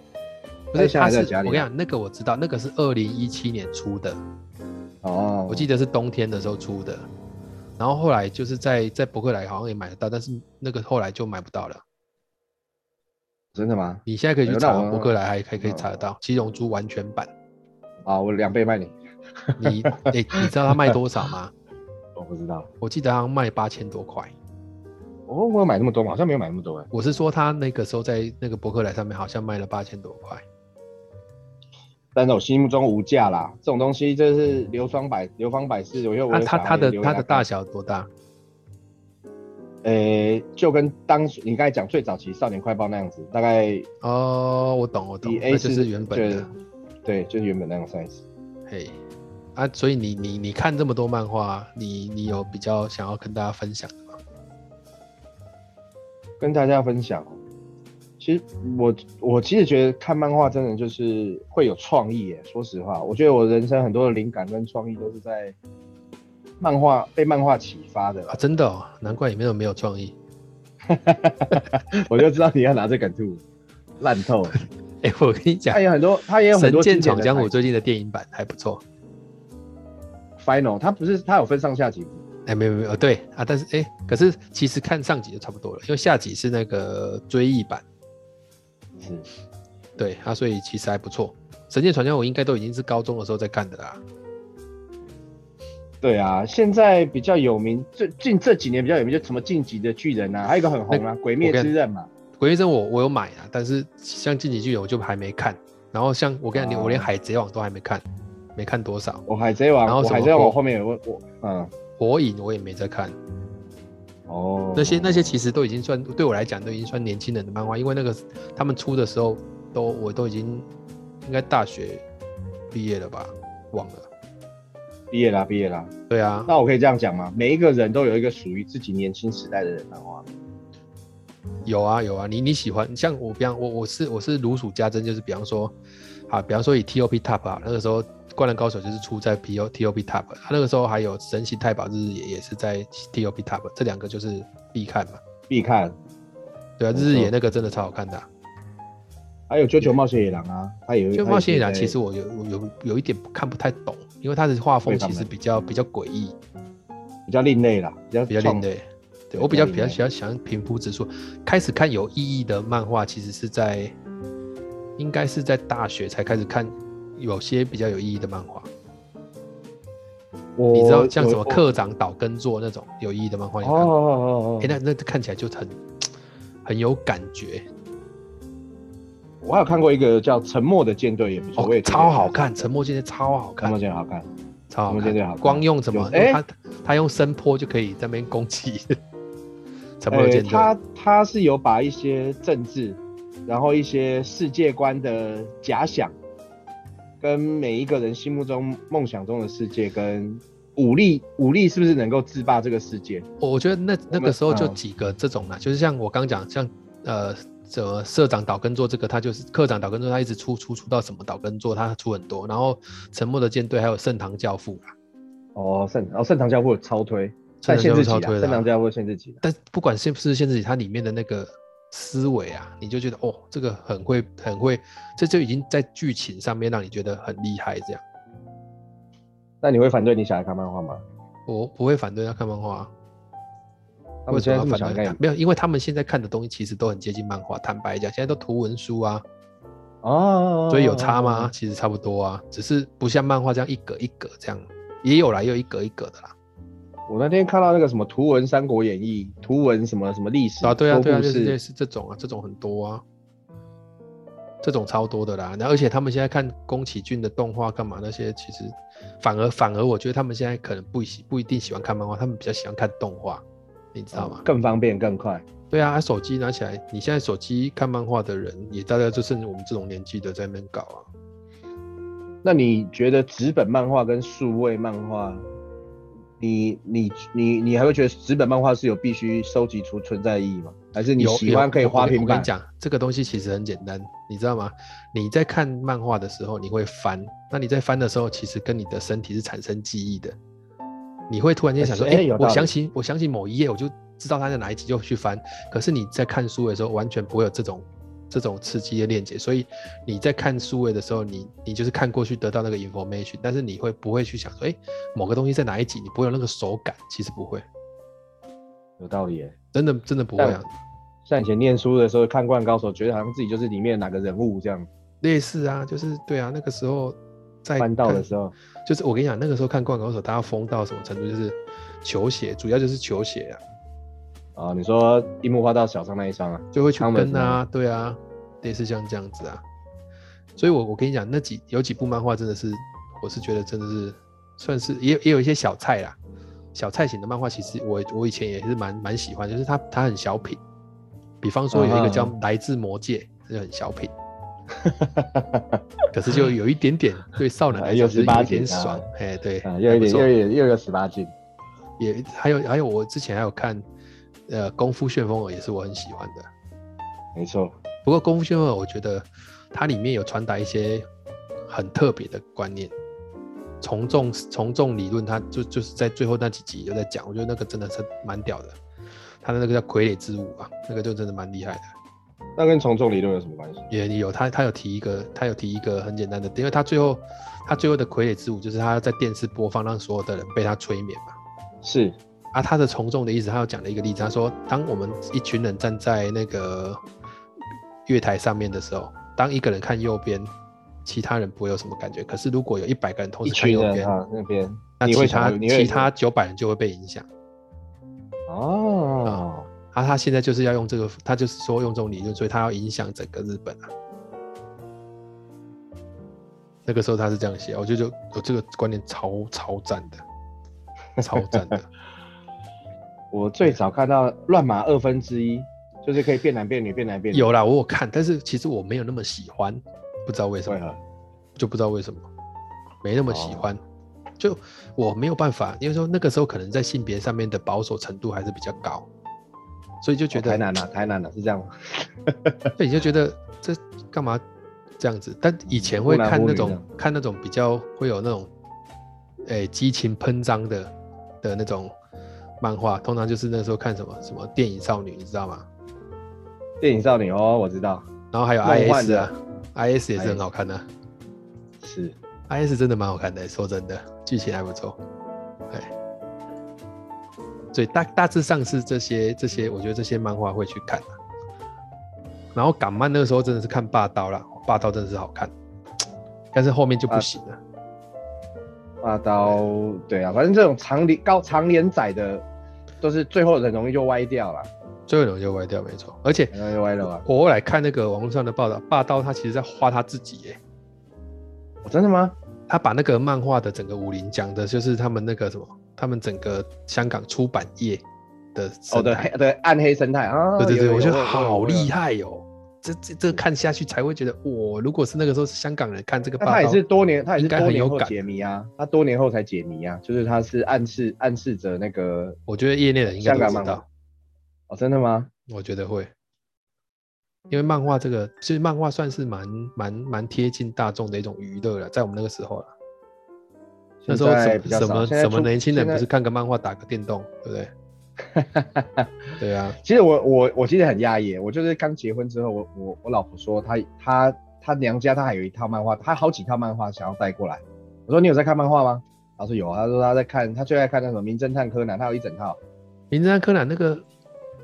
S1: 不是
S2: 现在
S1: 他
S2: 还
S1: 是
S2: 在
S1: 我
S2: 家里
S1: 跟
S2: 啊。
S1: 你讲，那个我知道，那个是二零一七年出的，
S2: 哦，
S1: 我记得是冬天的时候出的，然后后来就是在在博客来好像也买得到，但是那个后来就买不到了。
S2: 真的吗？
S1: 你现在可以去
S2: 哎
S1: 查
S2: 那我
S1: 博客来，还还可以
S2: 嗯
S1: 查得到《七龙珠》完全版。
S2: 啊，我两倍卖你，
S1: 你诶、你知道它卖多少吗？
S2: 我不知道。
S1: 我记得好像卖八千多块。
S2: 我我有买那么多吗？好像没有买那么多哎。
S1: 我是说他那个时候在那个博客来上面好像卖了八千多块。
S2: 但是我心目中无价啦，这种东西就是流芳百流芳百世，我又我
S1: 那
S2: 有
S1: 它
S2: 想要
S1: 啊它的
S2: 留给
S1: 它
S2: 他
S1: 的
S2: 看
S1: 大小多大？
S2: 呃，就跟当时你刚才讲最早期《少年快报》那样子，大概
S1: 哦，我懂我懂
S2: 以，
S1: 那
S2: A
S1: 就
S2: 四
S1: 是原本的。
S2: 对，就是原本那样 size。
S1: 嘿，啊，所以你你你看这么多漫画，你你有比较想要跟大家分享的吗？
S2: 跟大家分享哦，其实我我其实觉得看漫画真的就是会有创意耶。说实话，我觉得我人生很多的灵感跟创意都是在漫画被漫画启发的啦
S1: 啊，。真的哦，难怪你那么没有创意。
S2: 我就知道你要拿这梗吐，烂透了。
S1: 哎、我跟你讲
S2: 他，也有很多，他也有很
S1: 神
S2: 多
S1: 剑
S2: 经典
S1: 闯
S2: 的
S1: 江湖》
S2: 台词
S1: 最近的电影版还不错。
S2: Final，他不是他有分上下集吗，
S1: 哎、没有没有，哦对啊，但是哎、可是其实看上集就差不多了，因为下集是那个追忆版，
S2: 是
S1: 嗯对啊，所以其实还不错。神剑闯江湖应该都已经是高中的时候在看的啦。
S2: 对啊，现在比较有名，最近这几年比较有名，就什么晋级的巨人啊，还有一个很红啊，鬼灭之刃嘛。
S1: 鬼灭之刃我我有买啊，但是像进击巨人我就还没看。然后像我跟你讲，
S2: 啊
S1: 我连海贼王都还没看，没看多少。
S2: 我海贼王，
S1: 然后
S2: 我
S1: 什么
S2: 海贼王，
S1: 火
S2: 我后面有问我，嗯，
S1: 火影我也没在看，
S2: 哦，
S1: 那些那些其实都已经算对我来讲都已经算年轻人的漫画，因为那个他们出的时候都我都已经应该大学毕业了吧，忘了。
S2: 毕业啦，毕业啦。
S1: 对啊，
S2: 那我可以这样讲吗？每一个人都有一个属于自己年轻时代的人啊漫画。
S1: 有啊有啊，你你喜欢像我，比方我我是我是如数家珍，就是比方说，啊，比方说以 T.O.P Top 啊，那个时候《灌篮高手》就是出在 P.O. T.O.P Top，啊那个时候还有《神奇太保日》也也是在 T.O.P Top，这两个就是必看嘛。
S2: 必看，
S1: 对啊，
S2: 没错
S1: 日野那个真的超好看的、啊，
S2: 还有《九九冒险野狼》啊，他有
S1: 就冒险野狼，其实
S2: 我
S1: 我有我有有一点看不太懂，因为它的画风
S2: 为什
S1: 其
S2: 么
S1: 实比较比较诡异，
S2: 比较另类啦，比较
S1: 比较
S2: 创
S1: 另类。对
S2: 对
S1: 我比较
S2: 比
S1: 比
S2: 较
S1: 较
S2: 另类
S1: 喜欢想平铺直述，开始看有意义的漫画，其实是在应该是在大学才开始看有些比较有意义的漫画。
S2: 我
S1: 你知道像什么
S2: 我
S1: 课长岛耕作那种有意义的漫画，你
S2: 哦
S1: 有看过？
S2: 哦哦哦
S1: 哎、，那那看起来就很很有感觉
S2: 我还有看过一个叫《沉默的舰队》，也不错，我
S1: 哦
S2: 也，觉得
S1: 超好看，《沉默舰队》超好
S2: 沉
S1: 看
S2: 默，舰队好看。
S1: 超好
S2: 沉默舰队好
S1: 看。
S2: 看
S1: 光用什么？
S2: 有哎
S1: 他他用声波就可以在那边攻击 沉默
S2: 呃
S1: 舰队。
S2: 他他是有把一些政治，然后一些世界观的假想，跟每一个人心目中梦想中的世界，跟武力武力是不是能够制霸这个世界？
S1: 我我觉得那那
S2: 我
S1: 个
S2: 们
S1: 时候就
S2: 嗯
S1: 几个这种啦，就是像我刚讲，像呃，什么社长岛根座这个，他就是课长岛根座，他一直出出出到什么岛根座，他出很多。然后沉默的舰队还有盛唐教父啦，啊
S2: 哦，圣哦圣堂教父超推，
S1: 盛
S2: 但
S1: 唐
S2: 限
S1: 教父超
S2: 制级啦
S1: 推
S2: 圣
S1: 的啊。
S2: 堂教父限制级啦
S1: 但不管是不是限制级，它里面的那个思维啊，你就觉得哦，这个很会很会，这就已经在剧情上面让你觉得很厉害这样。
S2: 那你会反对你小孩看漫画吗？
S1: 我不会反对他看漫画、啊，
S2: 他
S1: 为
S2: 们
S1: 什么
S2: 现在
S1: 要
S2: 这么想
S1: 反对
S2: 看
S1: 他？没有，因为他们现在看的东西其实都很接近漫画。坦白讲，现在都图文书啊，
S2: 哦，
S1: 所以有差吗？？其实差不多啊，只是不像漫画这样一格一格这样，也有啦，也有一格一格的啦。
S2: 我那天看到那个什么图文《三国演义》，图文什么什么历史
S1: 啊，对啊，
S2: 说
S1: 对啊，
S2: 故
S1: 就是
S2: 事
S1: 类似这种啊，这种很多啊，这种超多的啦。然后而且他们现在看宫崎骏的动画干嘛那些，其实反而反而我觉得他们现在可能不喜不一定喜欢看漫画，他们比较喜欢看动画，你知道吗？
S2: 更方便更快。
S1: 对啊，手机拿起来，你现在手机看漫画的人也大概就是我们这种年纪的在那边搞啊。
S2: 那你觉得纸本漫画跟数位漫画，你你你你还会觉得纸本漫画是有必须收集出存在意义吗？还是你
S1: 有
S2: 喜欢
S1: 有
S2: 可以
S1: 我
S2: 花
S1: 我跟
S2: 瓶
S1: 我跟
S2: 版
S1: 你？讲，这个东西其实很简单，你知道吗？你在看漫画的时候，你会翻，那你在翻的时候，其实跟你的身体是产生记忆的。你会突然间想说，
S2: 哎
S1: 哎、
S2: 有道
S1: 我
S2: 理
S1: 想起我想起某一页，我就知道它在哪一集，就去翻。可是你在看书的时候，完全不会有这种这种刺激的链接，所以你在看书位的时候，你你就是看过去得到那个 information，但是你会不会去想说，哎、某个东西在哪一集，你不会有那个手感，其实不会，
S2: 有道理耶。
S1: 真的真的不会啊
S2: 但。像以前念书的时候看《灌篮高手》，觉得好像自己就是里面哪个人物这样。
S1: 类似啊，就是对啊，那个时候在
S2: 翻到
S1: 哎看
S2: 的时候，
S1: 就是我跟你讲，那个时候看《灌篮高手》，大家疯到什么程度？就是球鞋，主要就是球鞋啊，
S2: 啊，你说樱木花道小伤那一双啊，
S1: 就会去
S2: 他们
S1: 跟啊，对啊，类似像这样子啊。所以我，我跟你讲，那几有几部漫画真的是，我是觉得真的是算是也也有一些小菜啦，小菜型的漫画，其实我我以前也是蛮蛮喜欢，就是它它很小品，比方说有一个叫
S2: 啊
S1: 《来自魔界》，这就很小品，可是就有一点点对少男
S2: 哎
S1: 来 讲
S2: 又
S1: 就是有
S2: 18
S1: 一点
S2: 禁啊
S1: 爽，哎，对，
S2: 啊，又
S1: 还
S2: 有
S1: 不
S2: 点
S1: 错
S2: 又有又有十八禁，
S1: 也还有还有，我之前还有看，呃，《功夫旋风耳》也是我很喜欢的。
S2: 没错，
S1: 不过《功夫旋风耳》，我觉得它里面有传达一些很特别的观念，从众从众理论，它就就是在最后那几集有在讲，我觉得那个真的是蛮屌的。他的那个叫傀儡之舞吧，那个就真的蛮厉害的。
S2: 那跟从众理论有什么关系？
S1: 也有他，他有提一个，他有提一个很简单的，因为他最后他最后的傀儡之舞就是他要在电视播放，让所有的人被他催眠嘛。
S2: 是
S1: 啊，他的从众的意思，他有讲了一个例子，他说，当我们一群人站在那个月台上面的时候，当一个人看右边，其他人不会有什么感觉。可是如果有一百个人同
S2: 一
S1: 时看
S2: 群
S1: 右
S2: 人
S1: 边，
S2: 啊那边，
S1: 那
S2: 你
S1: 其
S2: 会
S1: 他
S2: 想到你会
S1: 其他九百人就会被影响。
S2: 哦，
S1: 啊，他现在就是要用这个，他就是说用这种理论，所以他要影响整个日本啊。那个时候他是这样写，我觉得就有这个观念超超赞的，超赞的。
S2: 我最早看到乱码二分之一，就是可以变男变女，变男变女，
S1: 有啦，我有看，但是其实我没有那么喜欢，不知道为什
S2: 为
S1: 么，
S2: 何？
S1: 就不知道为什么，没那么喜
S2: 哦
S1: 欢，就我没有办法，因为说那个时候可能在性别上面的保守程度还是比较高，所以就觉
S2: 哦
S1: 得，
S2: 台南啊，台南啊，是这样吗？
S1: 对，你就觉得这干嘛这样子？但以前会
S2: 忽男
S1: 看
S2: 忽
S1: 那
S2: 女啊
S1: 种
S2: 的
S1: 看那种比较会有那种，诶、激情喷张的的那种漫画，通常就是那时候看什么什么电影少女，你知道吗？
S2: 电影少女哦，我知道，
S1: 然后还有
S2: 梦幻
S1: IS
S2: 的
S1: 啊，IS 也是很好看的、
S2: 是
S1: i s 真的蛮好看的，说真的，剧情还不错。哎，所以大大致上是这些这些，我觉得这些漫画会去看、啊、然后港漫那个时候真的是看霸道啦，霸道真的是好看，但是后面就不行
S2: 啊
S1: 了。
S2: 霸刀，对啊，反正这种长连高长连载的，都是最后很容易就歪掉了，
S1: 最后一种就歪掉，没错。而且
S2: 很容易就歪了啊。
S1: 我后来看那个网络上的报道，霸道他其实在画他自己耶，
S2: 哦真的吗？
S1: 他把那个漫画的整个武林讲的就是他们那个什么，他们整个香港出版业的
S2: 哦，
S1: 生
S2: 对
S1: 态
S2: 黑对暗黑生态啊，
S1: 对对对，
S2: 有有
S1: 我觉得
S2: 有有有
S1: 好
S2: 有
S1: 厉害哦！这这这看下去才会觉得，我如果是那个时候是香港人看这个
S2: 那
S1: 霸
S2: 他也
S1: 道
S2: 是，多年，他也
S1: 应
S2: 是
S1: 该
S2: 多
S1: 很
S2: 年
S1: 有
S2: 后
S1: 感
S2: 解谜啊，他多年后才解谜啊，就是他是暗示暗示着那个
S1: 我觉得业内人应该
S2: 香
S1: 都
S2: 港
S1: 知
S2: 漫
S1: 道
S2: 画，。哦，真的吗？
S1: 我觉得会，因为漫画这个其实漫画算是蛮蛮蛮贴近大众的一种娱乐了，在我们那个时候了，那时候
S2: 现在
S1: 什
S2: 比较
S1: 什
S2: 少
S1: 么
S2: 现在
S1: 什么
S2: 出
S1: 年轻人
S2: 现在
S1: 不是看个漫画打个电动，对不对？对啊，
S2: 其实我我我其实很压抑，我就是刚结婚之后，我我我老婆说她她她娘家她还有一套漫画，她好几套漫画想要带过来。我说你有在看漫画吗？她说有啊，她说她在看，她最爱看那什么《名侦探柯南》，她有一整套。
S1: 名侦探柯南那个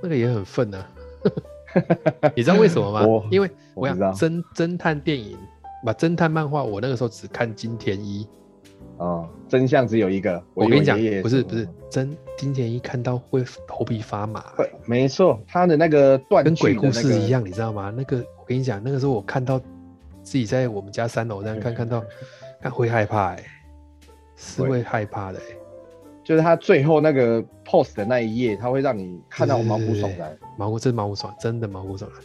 S1: 那个也很愤啊， 你知道为什么吗
S2: 我？
S1: 因为
S2: 我
S1: 我
S2: 不
S1: 想
S2: 知道
S1: 侦侦探电影，把侦探漫画，我那个时候只看金田一。
S2: 哦、真相只有一个。
S1: 我
S2: 以
S1: 跟
S2: 为
S1: 你讲
S2: 爷爷，
S1: 不是
S2: 什么
S1: 不是，真金田一看到会头皮发麻，
S2: 会没错，他的那个断
S1: 跟
S2: 句
S1: 鬼
S2: 的
S1: 故
S2: 那
S1: 事
S2: 个
S1: 一样，你知道吗？那个我跟你讲，那个时候我看到自己在我们家三楼这样看，看 到看会害怕哎、是
S2: 会
S1: 会害怕的哎、
S2: 就是他最后那个 pose 的那一页，他会让你看到毛骨悚然。
S1: 毛骨真毛骨悚然，真的毛骨悚然。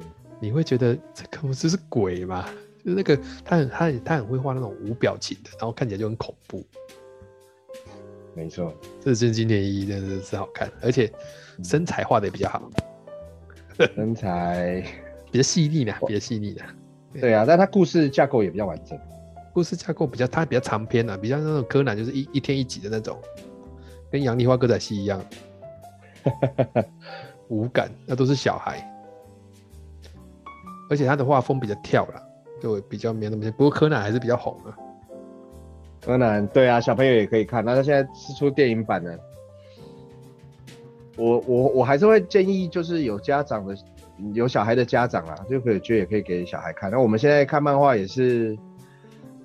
S2: 嗯
S1: 你会觉得这根本就是鬼嘛？就是那个他很他很他很会画那种无表情的，然后看起来就很恐怖。
S2: 没错，
S1: 这真金田一真的是好看，而且身材画的也比较好，
S2: 身材，
S1: 比较细腻的，比较细腻的。
S2: 对啊，但他故事架构也比较完整。
S1: 故事架构比较它比较长篇啊，比较那种柯南就是一一天一集的那种，跟杨丽花歌仔戏一 样，无感，那都是小孩，而且他的画风比较跳啦，就比较没有那么。不过柯南还是比较红啊，
S2: 柯南，对啊，小朋友也可以看。那他现在是出电影版的，我我我还是会建议，就是有家长的有小孩的家长啊，就可以就也可以给小孩看。那我们现在看漫画也是，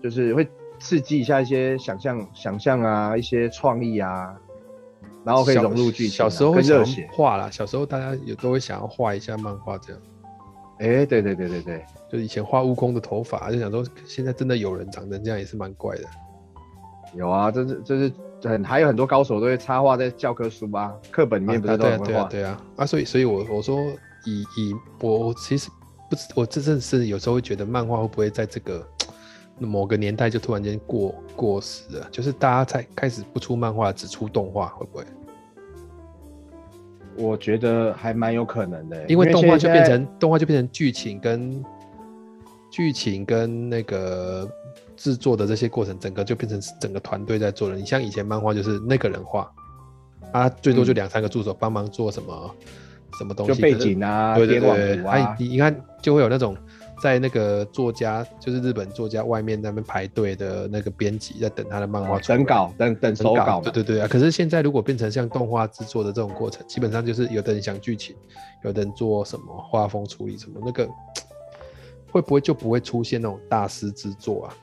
S2: 就是会刺激一下一些想象、想象啊，一些创意啊，然后可以融入剧情
S1: 小
S2: 啊、
S1: 时候会
S2: 更
S1: 想
S2: 热
S1: 要
S2: 血。
S1: 画啦，小时候大家也都会想要画一下漫画，这样。
S2: 哎、对对对对对，
S1: 就以前画悟空的头发，就想说现在真的有人长成这样也是蛮怪的。
S2: 有啊，这是这是很还有很多高手都会插画在教科书啊、课本里面不
S1: 啊
S2: 是都
S1: 对
S2: 很
S1: 啊
S2: 会
S1: 对
S2: 画、
S1: 啊对啊啊！所以所以我，我说以以我我其实不知，我这真的是有时候会觉得漫画会不会在这个某个年代就突然间过过时了？就是大家才开始不出漫画，只出动画，会不会？
S2: 我觉得还蛮有可能的、
S1: 因为动画就
S2: 现在
S1: 变成动画就变成剧情跟剧情跟那个制作的这些过程，整个就变成是整个团队在做了。你像以前漫画就是那个人画，啊，最多就
S2: 嗯
S1: 两三个助手帮忙做什么、什么东西，
S2: 就背
S1: 可是
S2: 景啊、
S1: 对对
S2: 点网
S1: 对，
S2: 图
S1: 哎
S2: 啊，，
S1: 你你看就会有那种在那个作家，就是日本作家外面那边排队的那个编辑在等他的漫画出来
S2: 等哦稿、等等手稿嘛
S1: 对对对啊！可是现在如果变成像动画制作的这种过程，基本上就是有的人想剧情，有的人做什么画风处理什么，那个会不会就不会出现那种大师之作啊？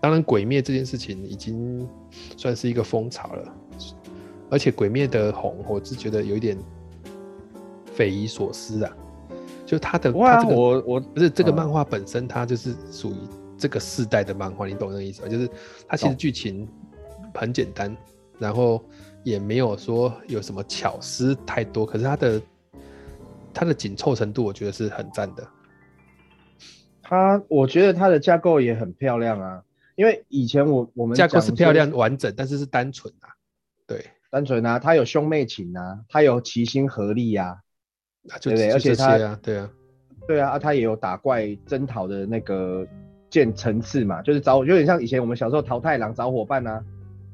S1: 当然，《鬼灭》这件事情已经算是一个风潮了，而且《鬼灭》的红，我是觉得有一点匪夷所思啊！就他的，
S2: 不会啊，
S1: 他这个
S2: 我我
S1: 不是这个
S2: 嗯
S1: 漫画本身，它就是属于这个世代的漫画，你懂那个意思吧？就是它其实
S2: 懂
S1: 剧情很简单，然后也没有说有什么巧思太多，可是它的它的紧凑程度，我觉得是很赞的。
S2: 它，我觉得它的架构也很漂亮啊。因为以前我我们
S1: 架构
S2: 讲
S1: 是
S2: 说
S1: 漂亮完整，但是是单纯啊。对，
S2: 单纯啊，它有兄妹情啊，它有齐心合力啊，
S1: 啊就
S2: 对对
S1: 就
S2: 而且
S1: 这些
S2: 它
S1: 啊，对啊，
S2: 对啊，啊它也有打怪征讨的那个建层次嘛，就是找有点像以前我们小时候淘太郎找伙伴啊，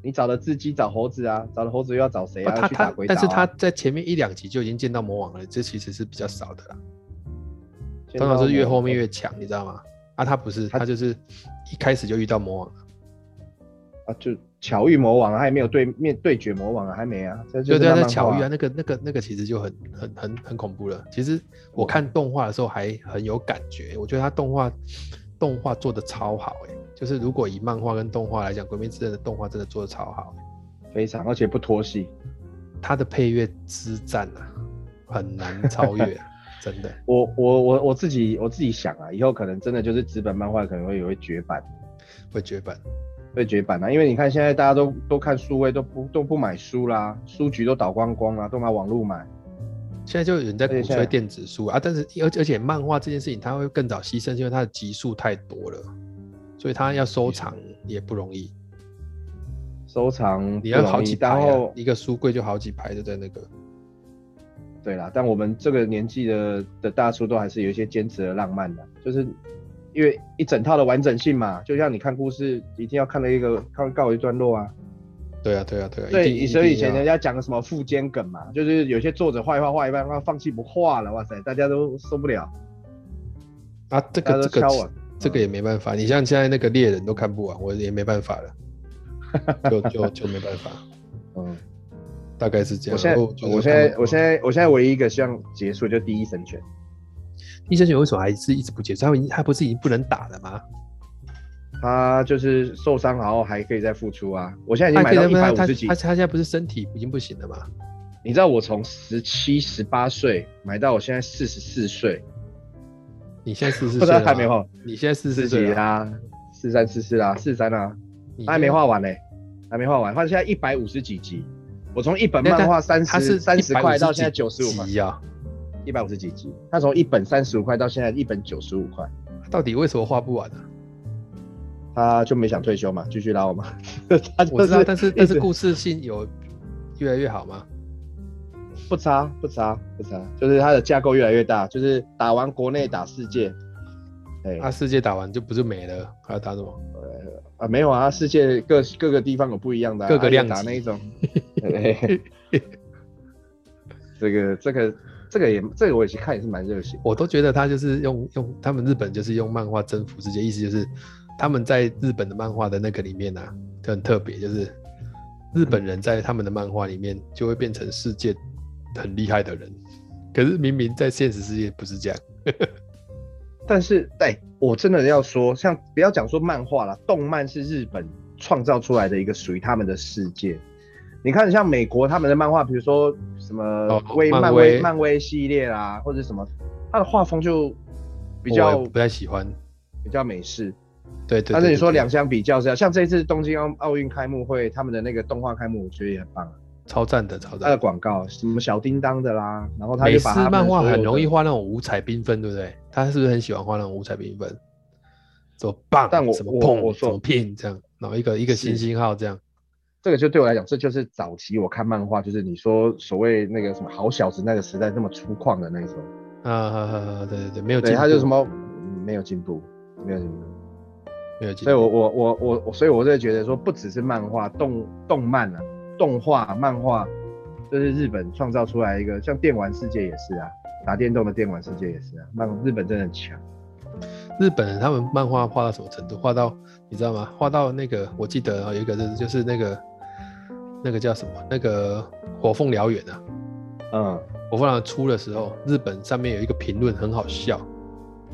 S2: 你找了雉鸡找猴子啊，找了猴子又要找谁
S1: 不
S2: 啊？
S1: 他
S2: 去打
S1: 他
S2: 鬼、啊、
S1: 哦但是他在前面一两集就已经见到魔王了，这其实是比较少的啦。
S2: 现在
S1: 通常是越后面
S2: 我
S1: 越强，你知道吗？啊，他不是，
S2: 他
S1: 他就是一开始就遇到魔王了。
S2: 啊，就巧遇魔王啊，还没有对面对决魔王啊，还没啊，这
S1: 对
S2: 就是
S1: 对，
S2: 慢
S1: 那
S2: 慢
S1: 巧
S2: 画
S1: 遇啊，那个那个那个其实就很很很很恐怖了。其实我
S2: 嗯
S1: 看动画的时候还很有感觉，我觉得他动画动画做的超好哎、就是如果以漫画跟动画来讲，《鬼灭之刃》的动画真的做的超好、
S2: 非常，而且不拖戏。
S1: 它的配乐之战啊，很难超越啊、真的。
S2: 我我我我自己我自己想啊，以后可能真的就是纸本漫画可能会有会绝版，
S1: 会绝版，
S2: 会绝版啊，因为你看现在大家都都看数位，都不都不买书啦，书局都倒光光啦，都买网络买。
S1: 现在就有人在鼓
S2: 对现在
S1: 吹电子书啊，但是而而且漫画这件事情，它会更早牺牲，是因为它的集数太多了，所以它要
S2: 嗯
S1: 收藏也不容易。
S2: 收藏
S1: 你要
S2: 不容
S1: 好
S2: 易
S1: 几排、
S2: 然
S1: 啊
S2: 后，
S1: 一个书柜就好几排就在那个。
S2: 对啦，但我们这个年纪的的大叔都还是有一些坚持的浪漫的，就是因为一整套的完整性嘛，就像你看故事一定要看到一个看告一段落啊，
S1: 对啊，对啊，对啊，一
S2: 对，
S1: 定
S2: 所以以前
S1: 一定
S2: 人
S1: 要
S2: 家讲的什么副间梗嘛，就是有些作者画一画画一半，他放弃不画了，哇塞，大家都受不了，
S1: 啊，这
S2: 大家
S1: 个
S2: 都
S1: 这
S2: 敲
S1: 个
S2: 碗。嗯
S1: 这个也没办法，你像现在那个猎人都看不完，我也没办法 了，就就就没办法，
S2: 嗯，
S1: 大概是这样。
S2: 我现
S1: 啊
S2: 在
S1: 然后就
S2: 我现
S1: 看
S2: 在
S1: 不
S2: 我现在我现在唯一一个希望结束就第一神拳，
S1: 医生选为什么还是一直不结束？他们已经他不是已经不能打了吗？
S2: 他就是受伤然后还可以再复出啊，我现在已经
S1: 他
S2: 买到一百
S1: 他
S2: 五
S1: 他
S2: 十几
S1: 他，他现在不是身体已经不行了吗？
S2: 你知道我从十七十八岁买到我现在四十四岁，
S1: 你现在四十
S2: 不
S1: 岁
S2: 知
S1: 了
S2: 道
S1: 吗
S2: 还没画，
S1: 你现在四
S2: 四
S1: 十
S2: 几
S1: 岁了，啊
S2: 啦，四三四四啦，四三啊啦，
S1: 你
S2: 还没
S1: 现在。
S2: 画完嘞、还没画完，他现在一百五十几集。我从一本
S1: 那
S2: 漫画三
S1: 哎他是
S2: 十三十
S1: 150
S2: 块到现在
S1: 几
S2: 九十五块，
S1: 集啊！
S2: 一百五十几集，他从一本三十五块到现在一本九十五块，
S1: 到底为什么画不完呢、 啊？
S2: 他就没想退休嘛，继续拉我嘛。 他
S1: 我
S2: 就
S1: 知道，
S2: 是
S1: 但是
S2: 直
S1: 但是故事性有越来越好吗？
S2: 不差不差不差，就是他的架构越来越大，就是打完国内打世界，哎
S1: 啊，
S2: 啊
S1: 世界打完就不是没了，还要打什么？
S2: 没有啊，世界各各个地方有不一样的啊、
S1: 各个
S2: 啊
S1: 量级
S2: 打那 一种，对这个这个这个也这个我也去看也是蛮热血，
S1: 我都觉得他就是用用他们日本就是用漫画征服世界，意思就是他们在日本的漫画的那个里面啊，就很特别，就是日本人在他们的漫画里面就会变成世界很厉害的人，可是明明在现实世界不是这样。
S2: 但是，哎、我真的要说，像不要讲说漫画了，动漫是日本创造出来的一个属于他们的世界。你看，像美国他们的漫画，比如说什么
S1: 哦
S2: 威、
S1: 漫
S2: 漫威
S1: 威
S2: 漫威系列啦，或者什么，它的画风就比较
S1: 我也不太喜欢。
S2: 比较美式。
S1: 对对
S2: 但是你说两
S1: 对
S2: 相比较是要，像这一次东京奥奥运开幕会，他们的那个动画开幕，我觉得也很棒啊。
S1: 对超赞的，超
S2: 它的
S1: 赞。
S2: 广告什么小叮当的啦，然呃后他
S1: 美
S2: 就
S1: 式
S2: 把他们
S1: 漫画
S2: 所有
S1: 很容易
S2: 的，
S1: 画那种五彩缤纷，对不对？他是不是很喜欢画那种五彩缤纷？怎么棒？
S2: 但我
S1: 怎么
S2: 我我
S1: 碰？怎
S2: 说
S1: 么拼？这样，然后一个一个
S2: 是
S1: 星星号这样。
S2: 这个就对我来讲，这就是早期我看漫画，就是你说所谓那个什么好小子那个时代那么粗犷的那种，
S1: 啊啊啊啊！对对对，没有进
S2: 对，
S1: 步，
S2: 他就什么嗯没有进步，没有进步。
S1: 没有进步。
S2: 所以我我我我我，所以我就觉得说，不只是漫画、动动漫啊，动画、漫画，这、是日本创造出来一个，像电玩世界也是啊，打电动的电玩世界也是啊，漫日本真的很强。
S1: 日本人他们漫画画到什么程度？画到你知道吗？画到那个，我记得哦有一个就是就是那个那个叫什么？那个《火凤燎原》啊，
S2: 嗯
S1: 《火凤燎原》出的时候，日本上面有一个评论很好笑，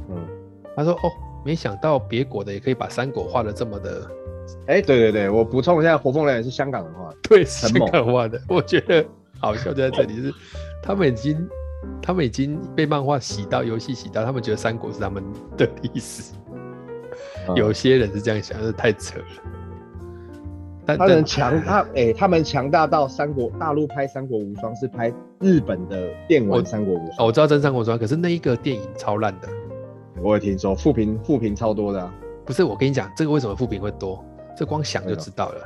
S2: 嗯，
S1: 他说：“哦，没想到别国的也可以把三国画的这么的
S2: 哎、对对对，我补充一下，活凤燎原是香港人画的，
S1: 对香
S2: 猛
S1: 港化的。”我觉得好笑就在这里是，他们已经他们已经被漫画洗到，游戏洗到，他们觉得三国是他们的历史。
S2: 嗯
S1: 有些人是这样想，这太扯了。但
S2: 他
S1: 但
S2: 们强，他 哎、他们强大到三国大陆拍《三国无双》是拍日本的电玩
S1: 我
S2: 《三国无
S1: 哦，
S2: 双》
S1: 我知道《真三国无双》，可是那一个电影超烂的。
S2: 我，也听说负评负评超多的、啊，
S1: 不是，我跟你讲，这个为什么负评会多？这光想
S2: 哎
S1: 就知道了。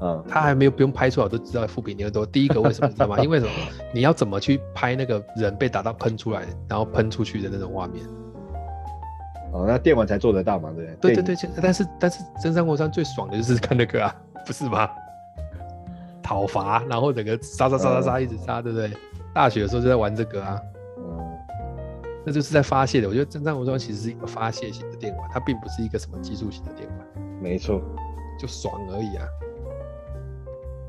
S2: 嗯，
S1: 他还没有不用拍出来，我都知道负评会多。第一个为什么你知道吗？因为什 么？你要怎么去拍那个人被打到喷出来，然后喷出去的那种画面？
S2: 哦，那电玩才做得到嘛，对不
S1: 对
S2: 对？
S1: 对对，
S2: 电
S1: 就但是但是《真三国无双》最爽的就是看那个啊，不是吗？讨伐，然后整个杀杀杀杀
S2: 嗯
S1: 杀一直杀，对不对？大学的时候就在玩这个啊。
S2: 影，嗯。
S1: 那就是在发泄的。我觉得《真三无双》其实是一个发泄型的电玩，它并不是一个什么技术型的电玩，
S2: 没错，
S1: 就爽而已啊。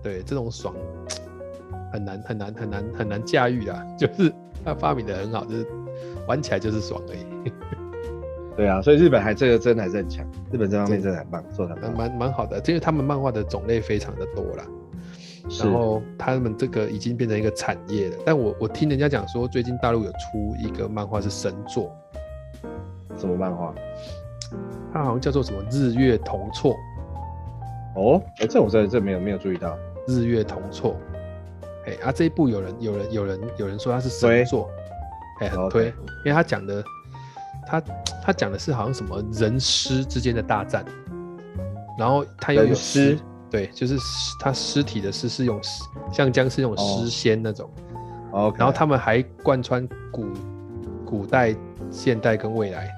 S1: 对，这种爽很难很难很难很难驾驭啊， 就是它发明的很好，就是玩起来就是爽而已，
S2: 对啊，所以日本还这个真的还是很强，日本这方面真的很棒，做的很
S1: 蛮
S2: 棒。
S1: 蛮蛮好的。因为他们漫画的种类非常的多啦，
S2: 是
S1: 然后他们这个已经变成一个产业了。但我我听人家讲说，最近大陆有出一个漫画是神作，
S2: 什么漫画？
S1: 它好像叫做什么《日月同错》。
S2: 哦，哎、这我真的这没有没有注意到。
S1: 日月同错。哎、啊，这一部有人有人有人有人说他是神作，哎、很推
S2: OK
S1: 因为他讲的他他讲的是好像什么人狮之间的大战，然后他又有
S2: 人狮
S1: 尸，对，就是尸他尸体的尸是用尸像僵尸那种
S2: 哦
S1: 尸仙那种，
S2: OK，
S1: 然后他们还贯穿古古代、现代跟未来，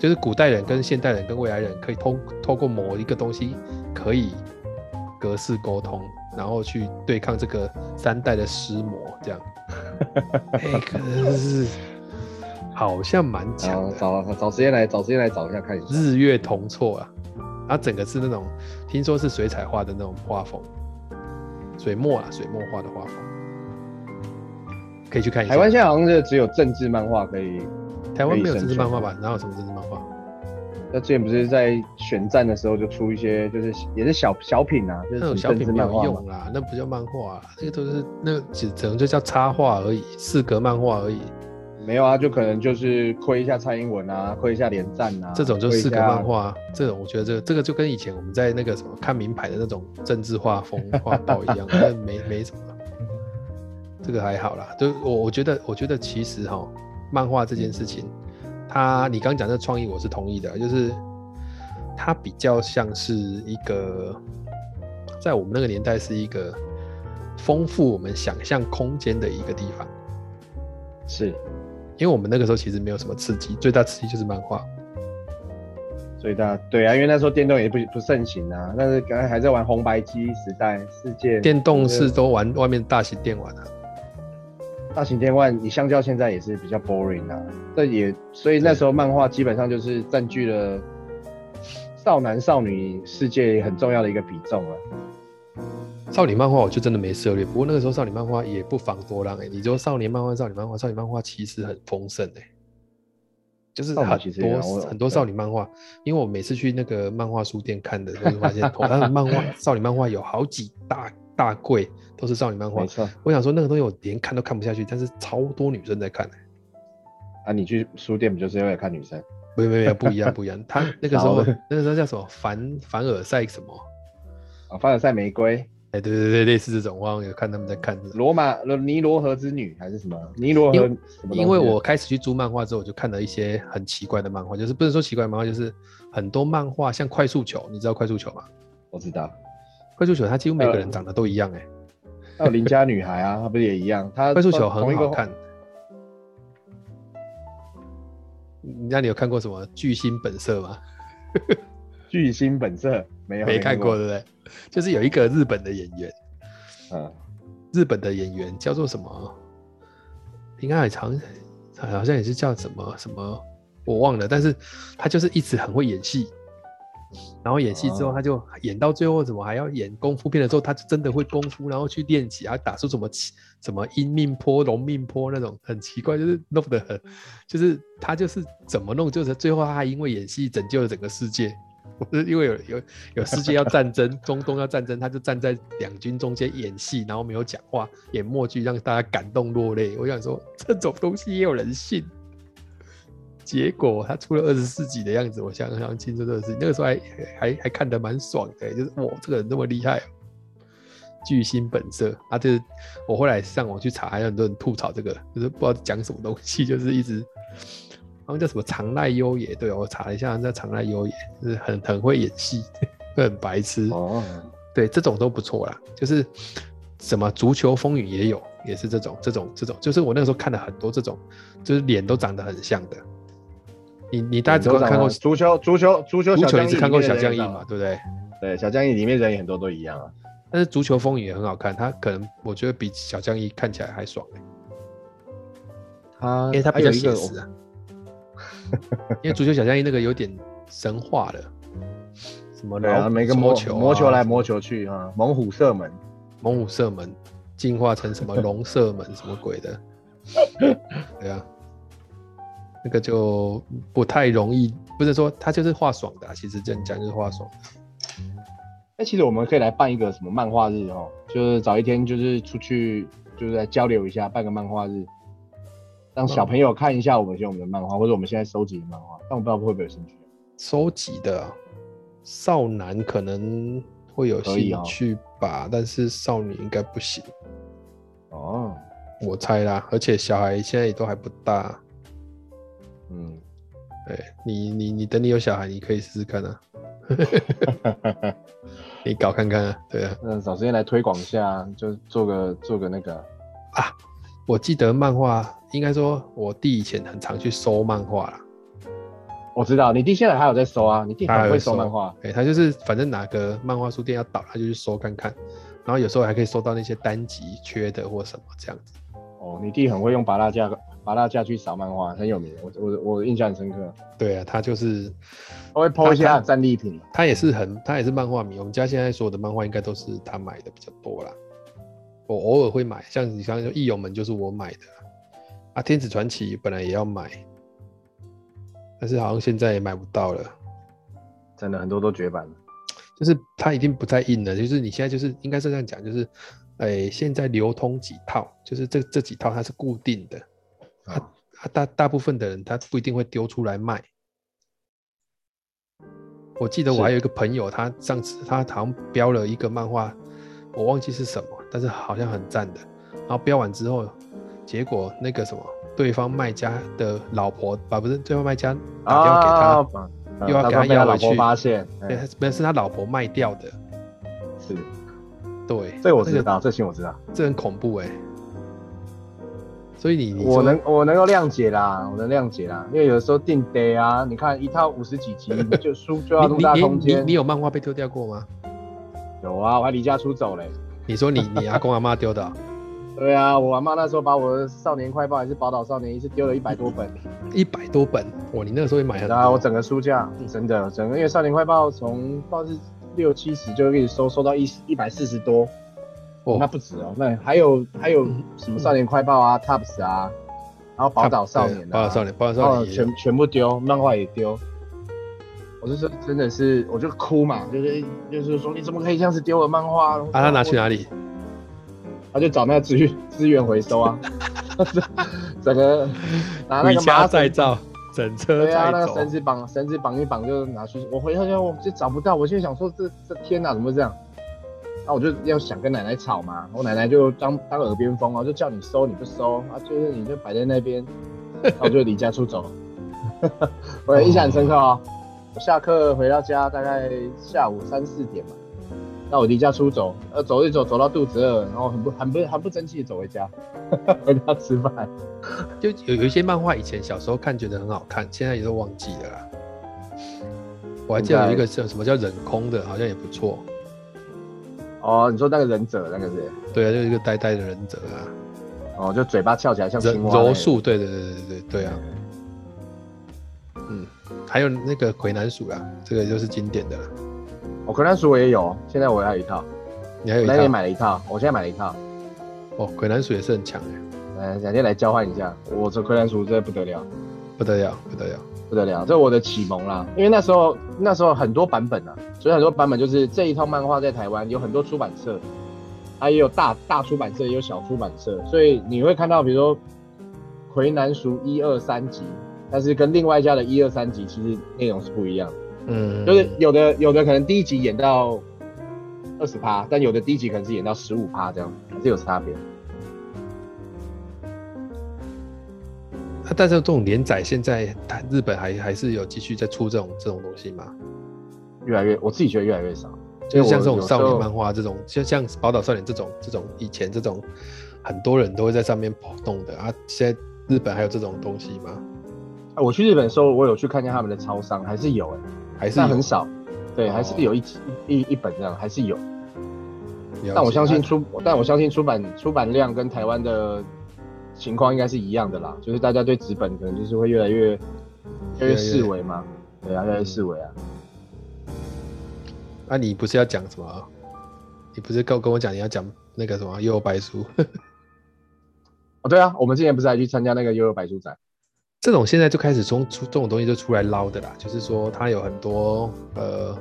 S1: 就是古代人跟现代人跟未来人可以通透过某一个东西可以格式沟通，然后去对抗这个三代的尸魔， 这样。哎、可是好像蛮强
S2: 好
S1: 的，
S2: 找找时间来找时间来找一下看一下。
S1: 日月同错啊，它整个是那种听说是水彩画的那种画风，水墨啊，水墨画的画风。可以去看一下。
S2: 台湾现在好像就只有政治漫画可以。
S1: 台湾没有政治漫画吧？哪有什么政治漫画？
S2: 那之前不是在选战的时候就出一些，就是也是小小品啊，就
S1: 那种
S2: 是
S1: 嗯小
S2: 政
S1: 品
S2: 治
S1: 没
S2: 漫
S1: 有
S2: 画嘛
S1: 用。啦，那不叫漫画啊，那个都是那只只能就叫插画而已，四格漫画而已。
S2: 没有啊，就可能就是亏一下蔡英文啊，亏一下连战啊，
S1: 这种就四格
S2: 窥一下
S1: 漫。画啊，这种我觉得这个这个就跟以前我们在那个什么看名牌的那种政治画风画报一样，那没没什么。这个还好啦，就我我觉得我觉得其实哈，漫画这件事情，它你刚讲的创意我是同意的，就是它比较像是一个在我们那个年代是一个丰富我们想象空间的一个地方，
S2: 是，
S1: 因为我们那个时候其实没有什么刺激，最大刺激就是漫画。
S2: 所以大家对啊，因为那时候电动也不不盛行啊，但是刚才还在玩红白机时代，世界
S1: 电动是都玩外面大型电玩啊，
S2: 大型电玩，你相较现在也是比较 boring 啊。这也所以那时候漫画基本上就是占据了少男少女世界很重要的一个比重了、
S1: 少女漫画我就真的没涉猎，不过那个时候少女漫画也不妨多让哎、你说少年漫画、少女漫画、少女漫画其实很丰盛哎、就是
S2: 少女
S1: 很
S2: 其实也
S1: 多
S2: 有我有
S1: 很多
S2: 对
S1: 少女漫画，因为我每次去那个漫画书店看的，都会发 现哦，他的漫画少女漫画有好几大大柜都是少女漫画
S2: 没。错。
S1: 我想说那个东西我连看都看不下去，但是超多女生在看、欸，
S2: 啊，你去书店不就是为了看女生？
S1: 没有没有没有不一样不一 样，他那个时
S2: 好
S1: 候那个时候叫什么凡凡尔赛什么？
S2: 啊，凡尔赛玫瑰、
S1: 哎、对对对，类似这种，我好像有看他们在看这种。
S2: 罗马、罗尼罗河之女还是什么？尼罗河
S1: 因为
S2: 什么东西啊
S1: 因为我开始去租漫画之后，我就看了一些很奇怪的漫画，就是不能说奇怪的漫画，就是很多漫画像快速球，你知道快速球吗？
S2: 我知道，
S1: 快速球它几乎每个
S2: 呃
S1: 人长得都一样哎、
S2: 还有邻家女孩啊，她不是也一样？她
S1: 快速球
S2: 同
S1: 很
S2: 一个
S1: 好看。那你有看过什么《巨星本色》吗？
S2: 巨星本色没有
S1: 没看过，，对不对？就是有一个日本的演员，
S2: 嗯，
S1: 日本的演员叫做什么？应该很长，好像也是叫什么什么，我忘了。但是他就是一直很会演戏，然后演戏之后，
S2: 哦
S1: 他就演到最后，怎么还要演功夫片的时候，他就真的会功夫，然后去练习，还打出什么气什么阴命坡、龙命坡那种，很奇怪，就是弄得很，就是他就是怎么弄，就是最后他还因为演戏拯救了整个世界。 因为有有有世界要战争，中东要战争，他就站在两军中间演戏，然后没有讲话，演默剧，让大家感动落泪。我想说，这种东西也有人信。结果他出了二十四集的样子，我想想青春二十，那个时候还还还看得蛮爽的、欸就是哇，这个人那么厉害、哦，巨星本色。啊，这我后来上网去查，还有很多人吐槽这个，就是不知道讲什么东西， 就是一直好像叫什么长濑优也，对啊我查了一下，叫长濑优也，就是很很会演戏， 很白痴。
S2: 哦，
S1: 对，这种都不错啦。就是什么足球风云也有，也是这种这种这种，就是我那个时候看了很多这种，就是脸都长得很像的。你你大家只
S2: 嗯都
S1: 光看过足
S2: 足球、足球、足球小
S1: 球，
S2: 将
S1: 你只
S2: 翼
S1: 看过
S2: 里面
S1: 小
S2: 的
S1: 将
S2: 人
S1: 翼
S2: 也
S1: 嘛，
S2: 长？
S1: 对不对？
S2: 对，小将翼里面人也很多都一样啊。
S1: 但是足球风云也很好看，它可能我觉得比小将翼看起来还爽、欸，
S2: 他
S1: 因为它
S2: 他
S1: 比较
S2: 有一
S1: 写
S2: 个
S1: 实啊。因为足球小将翼那个有点神话了，什么
S2: 对啊，
S1: 老
S2: 每个
S1: 魔
S2: 魔
S1: 球、
S2: 魔球来魔
S1: 球。
S2: 球去啊，猛虎射门，
S1: 猛虎射门进化成什么龙射门什么鬼的，对啊，那个就不太容易，不是说他就是画爽的啊、其实这样讲就是画爽的。
S2: 那哎其实我们可以来办一个什么漫画日哦，就是找一天就是出去就是来交流一下，办个漫画日，让小朋友看一下我们现在我们的漫画，或者我们现在收集的漫画，但我不知道会不会有兴趣。啊
S1: 收集的啊少男可能会有
S2: 可以
S1: 兴
S2: 哦
S1: 趣吧，但是少女应该不行，
S2: 哦，
S1: 我猜啦。而且小孩现在也都还不大，
S2: 嗯，
S1: 对你你你等你有小孩，你可以试试看啊，你搞看看啊，对啊。
S2: 那找时间来推广一下，就做个做个那个，
S1: 啊我记得漫画，应该说我弟以前很常去收漫画啦，
S2: 我知道你弟现在还有在收啊，你弟
S1: 他还
S2: 很
S1: 有
S2: 会
S1: 在
S2: 收
S1: 收
S2: 漫画，
S1: 哎、他就是反正哪个漫画书店要倒，他就去收看看，然后有时候还可以收到那些单集缺的或什么这样子。
S2: 哦，你弟很会用拔蜡架拔蜡架去扫漫画，很有名，我我我印象很深刻，
S1: 对啊，他就是
S2: 他会剖一下战利品，
S1: 他也是很他也是漫画迷，我们家现在所有的漫画应该都是他买的比较多啦。我偶尔会买，像你刚刚说《义勇们》就是我买的啊，《天子传奇》本来也要买，但是好像现在也买不到了。
S2: 真的很多都绝版了。
S1: 就是它已经不再印了，就是你现在就是应该是这样讲，就是，诶、现在流通几套，就是这这几套它是固定的，啊
S2: 哦
S1: 啊大大部分的人他不一定会丢出来卖。我记得我
S2: 是
S1: 还有一个朋友，他上次他好像标了一个漫画，我忘记是什么，但是好像很赞的。然后标完之后，结果那个什么，对方卖家的老婆啊，不是对方卖家打电话给他，
S2: 啊
S1: 又要给他
S2: 他被
S1: 要
S2: 老
S1: 回
S2: 婆
S1: 去
S2: 发现，
S1: 对，
S2: 哎
S1: 他没有是他老婆卖掉的，
S2: 是，
S1: 对，
S2: 这我
S1: 那
S2: 知
S1: 个
S2: 道，这信我知道，
S1: 这很恐怖哎、所以你，你说
S2: 我能我能够谅解啦，我能谅解啦，因为有的时候定 day 啊，你看一套五十几集，你 就书就要那么啊大
S1: 你你
S2: 空
S1: 你你
S2: 间
S1: 你，有漫画被丢掉过吗？
S2: 有啊，我还离家出走嘞。
S1: 你说你你阿公阿妈丢的啊、
S2: 对啊，我阿妈那时候把我的《少年快报》还是《宝岛少年》一次丢了一百多本，
S1: 一百多本，哇，你那个时候也买很
S2: 然啊后我
S1: 多，嗯
S2: 整个书架真的整个，因为《少年快报》从不知道是六七十就一直收收到一一百四十多，
S1: 哦嗯
S2: 那不止哦，那还有还有什么少年快报啊、Tops 啊，然后宝岛少年啊，
S1: 宝岛少年，宝岛
S2: 然
S1: 少
S2: 后
S1: 年也有
S2: 全全部丢，漫画也丢。我就说真的是，我就哭嘛，就是就是说你怎么可以这样子丢我漫画？啊
S1: 啊，他拿去哪里？
S2: 他就找那个资源资源回收啊， 整个拿那
S1: 回
S2: 个麻
S1: 家
S2: 绳
S1: 再造，整车
S2: 对
S1: 再
S2: 啊，那个
S1: 走
S2: 绳。子绑绳子绑一绑就拿去。我回头就我就找不到，我现在想说这这天哪、怎么会这样？那、我就要想跟奶奶吵嘛，我奶奶就当当耳边风啊，就叫你收你不收啊，就是你就摆在那边，然后我就离家出走。 我印象很深刻哦，我下课回到家大概下午三四点嘛，那我离家出走，呃，走一走走到肚子饿，然后很不很不很不争气的走回家， 回家吃饭。
S1: 就有有一些漫画，以前小时候看觉得很好看，现在也都忘记了啦。我还记得有一个叫什么叫忍空的，好像也不错。
S2: 哦，你说那个忍者那个是？
S1: 对啊，就是一个呆呆的忍者啊，
S2: 哦，就嘴巴翘起来像
S1: 忍
S2: 青蛙那样。
S1: 柔术，对对对对对对啊，嗯，还有那个魁南鼠啦，这个就是经典的了。
S2: 我哦可南鼠我也有，现在我还有一套，
S1: 你还有
S2: 我
S1: 一
S2: 那天
S1: 套
S2: 买了一套，我现在买了一套，
S1: 哦，魁南鼠也是很强哎，
S2: 呃，改天来交换一下。我这柯南鼠真的不得了，
S1: 不得了不得了。
S2: 不得了，这我的启蒙啦。因为那时候那时候很多版本啊，所以很多版本就是这一套漫画在台湾有很多出版社，它也有大大出版社，也有小出版社，所以你会看到，比如说《魁南鼠》一二三集，但是跟另外一家的一二三集其实内容是不一样的。
S1: 嗯，
S2: 就是有的有的可能第一集演到二十趴，但有的第一集可能是演到十五趴这样，还是有差别。
S1: 啊但是这种连载现在台日本还还是有继续在出这种这种东西嘛？
S2: 越来越，我自己觉得越来越少。
S1: 就是像这种
S2: 因为我有
S1: 少
S2: 时
S1: 年
S2: 候
S1: 漫画这种，就像《宝岛少年》这种这种以前这种，很多人都会在上面跑动的啊。现在日本还有这种东西吗？
S2: 啊我去日本的时候，我有去看一下他们的超商，还是有哎、
S1: 还是
S2: 但很
S1: 有
S2: 少。对，
S1: 哦
S2: 还是有一集一一本这样，还是有。
S1: 了
S2: 但我
S1: 解
S2: 相信
S1: 啊
S2: 出，但我相信出版出版量跟台湾的情况应该是一样的啦，就是大家对纸本可能就是会越来越越来
S1: 越
S2: 越视为嘛，对啊，越来越视为啊。
S1: 啊，你不是要讲什么啊？你不是跟跟我讲你要讲那个什么《幽游白书》
S2: 哦，对啊，我们之前不是还去参加那个悠悠白书展？
S1: 这种现在就开始从出这种东西就出来捞的啦，就是说它有很多呃，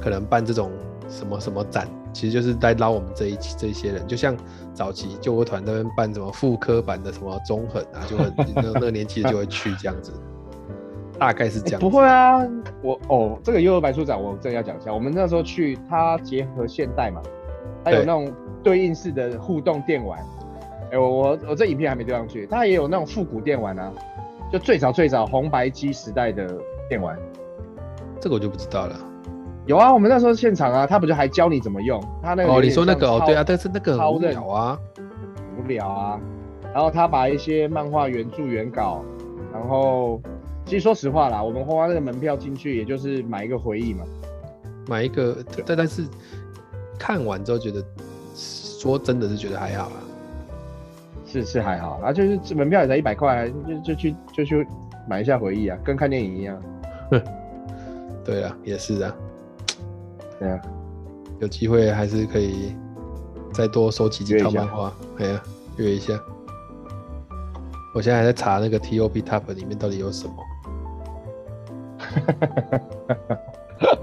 S1: 可能办这种什么什么展，其实就是在捞我们这一这一些人，就像早期救国团那边办什么副科版的什么中横啊，就很那那个年纪的就会去这样子，大概是这样子。
S2: 不会啊，我哦，这个悠悠白书展我真的要讲一下，我们那时候去，它结合现代嘛，它有
S1: 对
S2: 那种对应式的互动电玩。哎、我我我这影片还没丢上去，它也有那种复古电玩啊，就最早最早红白机时代的电玩。
S1: 这个我就不知道了。
S2: 有啊，我们那时候现场啊，他不就还教你怎么用？他那个
S1: 哦，
S2: 有点
S1: 你说那个
S2: 像
S1: 哦
S2: 超，
S1: 对啊，但是那个很
S2: 超
S1: 无
S2: 人
S1: 聊啊。
S2: 无聊啊。然后他把一些漫画原著原稿，然后其实说实话啦，我们花那个门票进去，也就是买一个回忆嘛。
S1: 买一个，但但是看完之后觉得，说真的是觉得还好啦。啊
S2: 是是还好，然、后就是门票也才一百块，啊就就去就去买一下回忆啊，跟看电影一样。
S1: 对啊，也是啊，
S2: 对啊，
S1: 有机会还是可以再多收集几
S2: 约一
S1: 套
S2: 下
S1: 漫画，哎呀，约一下。我现在还在查那个 TOP Top 里面到底有 什么。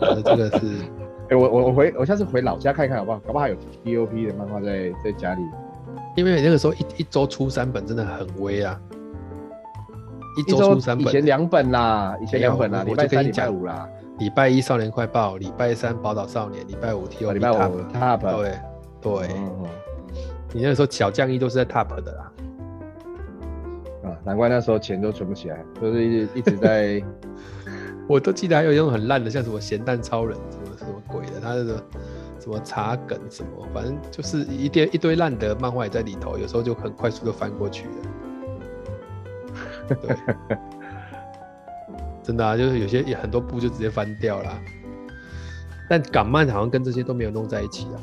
S1: 呃这个是
S2: 哎、我我我回我下次回老家看看好不好？搞不好还有 T O P 的漫画在在家里。
S1: 因为那个时候一一周出三本真的很微啊，一
S2: 一
S1: 周出三
S2: 以
S1: 本，
S2: 前两本啦，以前两本啦，
S1: 没
S2: 礼
S1: 有我
S2: 拜
S1: 我就跟你
S2: 三、礼拜
S1: 讲
S2: 五啦，
S1: 礼拜一少年快报，礼拜三宝岛少年，礼拜五 TOP
S2: 哦礼拜五
S1: Top，
S2: Top。
S1: 对对，
S2: 嗯
S1: 你那个时候小将一都是在 Top 的啦，
S2: 嗯啊，难怪那时候钱都存不起来，就是一直一直在
S1: 我都记得还有一种很烂的，像什么咸蛋超人，什么什么鬼的，他那个什么茶梗什么，反正就是一堆一堆烂的漫画也在里头，有时候就很快速的翻过去了。对，真的啊，就是有些也很多部就直接翻掉啦。但港漫好像跟这些都没有弄在一起啊。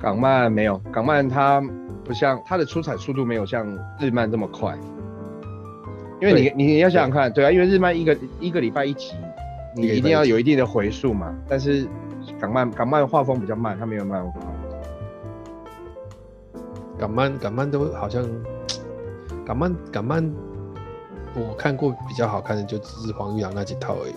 S2: 港漫没有港漫，它不像它的出产速度没有像日漫这么快，因为你你要想想看，对啊，因为日漫一个一个礼拜一集，你
S1: 一个礼拜一集
S2: 一定要有一定的回数嘛，但是港漫港漫画风比较慢，它没有漫画。
S1: 港漫港漫都好像港漫港漫，我看过比较好看的就只是黄玉郎那几套而已。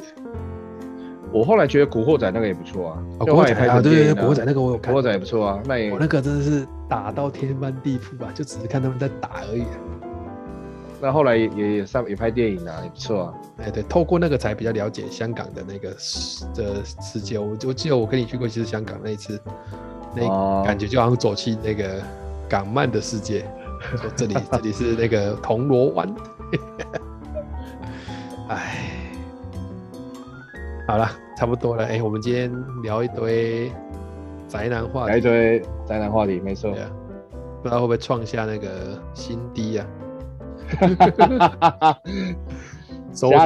S2: 我后来觉得《古惑仔》那个也不错啊，
S1: 哦，
S2: 就
S1: 古
S2: 后
S1: 惑
S2: 来
S1: 仔
S2: 也拍
S1: 啊，
S2: 成
S1: 对
S2: 电
S1: 对
S2: 影
S1: 对，
S2: 啊
S1: 古惑仔那个我有看，
S2: 古惑仔也不错啊，那也
S1: 我那个真的是打到天翻地覆啊，就只是看他们在打而已、啊。
S2: 那后来也也也上也拍电影啊，也不错啊。
S1: 哎，对，透过那个才比较了解香港的那个世的世界。我我记得我跟你去过一次香港那一次，那
S2: 哦
S1: 感觉就好像走进那个港漫的世界。说这里这里是那个铜锣湾。 哎，好了，差不多了。哎，我们今天聊一堆宅男话
S2: 来一
S1: 题，
S2: 堆宅男话题，没错
S1: 对。啊，不知道会不会创下那个新低 啊？收听率新低
S2: 瞎聊啦，